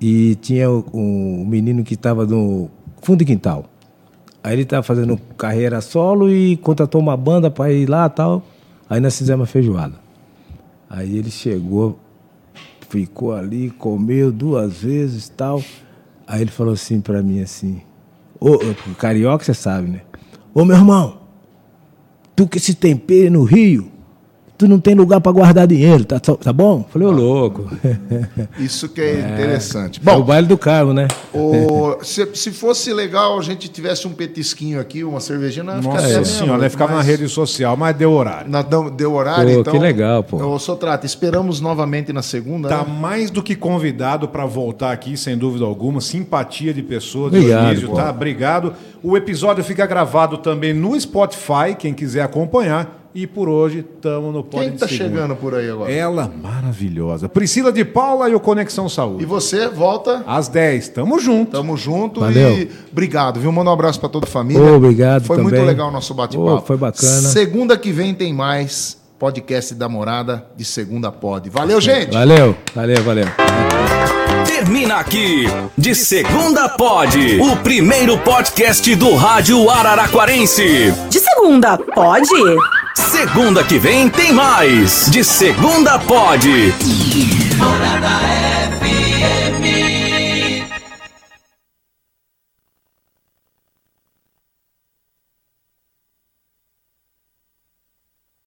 S6: e tinha o- um menino que estava no fundo de quintal. Aí ele estava fazendo carreira solo e contratou uma banda para ir lá e tal. Aí nós fizemos a feijoada. Aí ele chegou, ficou ali, comeu duas vezes e tal. Aí ele falou assim para mim assim, ô, ô, carioca você sabe, né? Ô meu irmão, tu que se tempera no Rio, tu não tem lugar pra guardar dinheiro, tá, tá bom? Falei, ô louco.
S4: Isso que é, interessante.
S6: Bom, o
S4: Bom,
S6: baile do carro, né?
S4: o- se, se fosse legal, a gente tivesse um petisquinho aqui, uma cervejinha, não ia ficar até
S5: Nossa senhora,
S4: mesmo,
S5: ele ficava
S4: mas-
S5: na rede social, mas deu horário.
S4: Nós dão- deu horário,
S6: Pô,
S4: então.
S6: que legal, pô.
S4: Ô, Sotrata, esperamos novamente na segunda.
S5: Tá
S4: né?
S5: mais do que convidado para voltar aqui, sem dúvida alguma. Simpatia de pessoa,
S6: Obrigado,
S5: Dionísio, tá?
S6: Paulo.
S5: Obrigado. O episódio fica gravado também no Spotify, quem quiser acompanhar. E por hoje, estamos no Pode
S4: Quem
S5: de
S4: tá
S5: Segunda.
S4: chegando por aí agora?
S6: É.
S5: Ela maravilhosa. Priscila de Paula e o Conexão
S4: E
S5: Saúde.
S4: você volta.
S5: Às 10, tamo junto.
S4: Tamo junto
S6: Valeu.
S4: e obrigado, viu? Manda um abraço pra toda a família.
S6: Obrigado
S4: Foi muito
S6: também.
S4: legal o nosso bate-papo.
S6: Ô, foi bacana.
S4: Segunda que vem tem mais podcast da Morada de Segunda Pod. Valeu, gente.
S6: Valeu, valeu, valeu.
S3: Termina aqui. De segunda pode. O primeiro podcast do rádio Araraquarense.
S2: De segunda, pode?
S3: Segunda que vem tem mais. De segunda pode.
S8: Morada é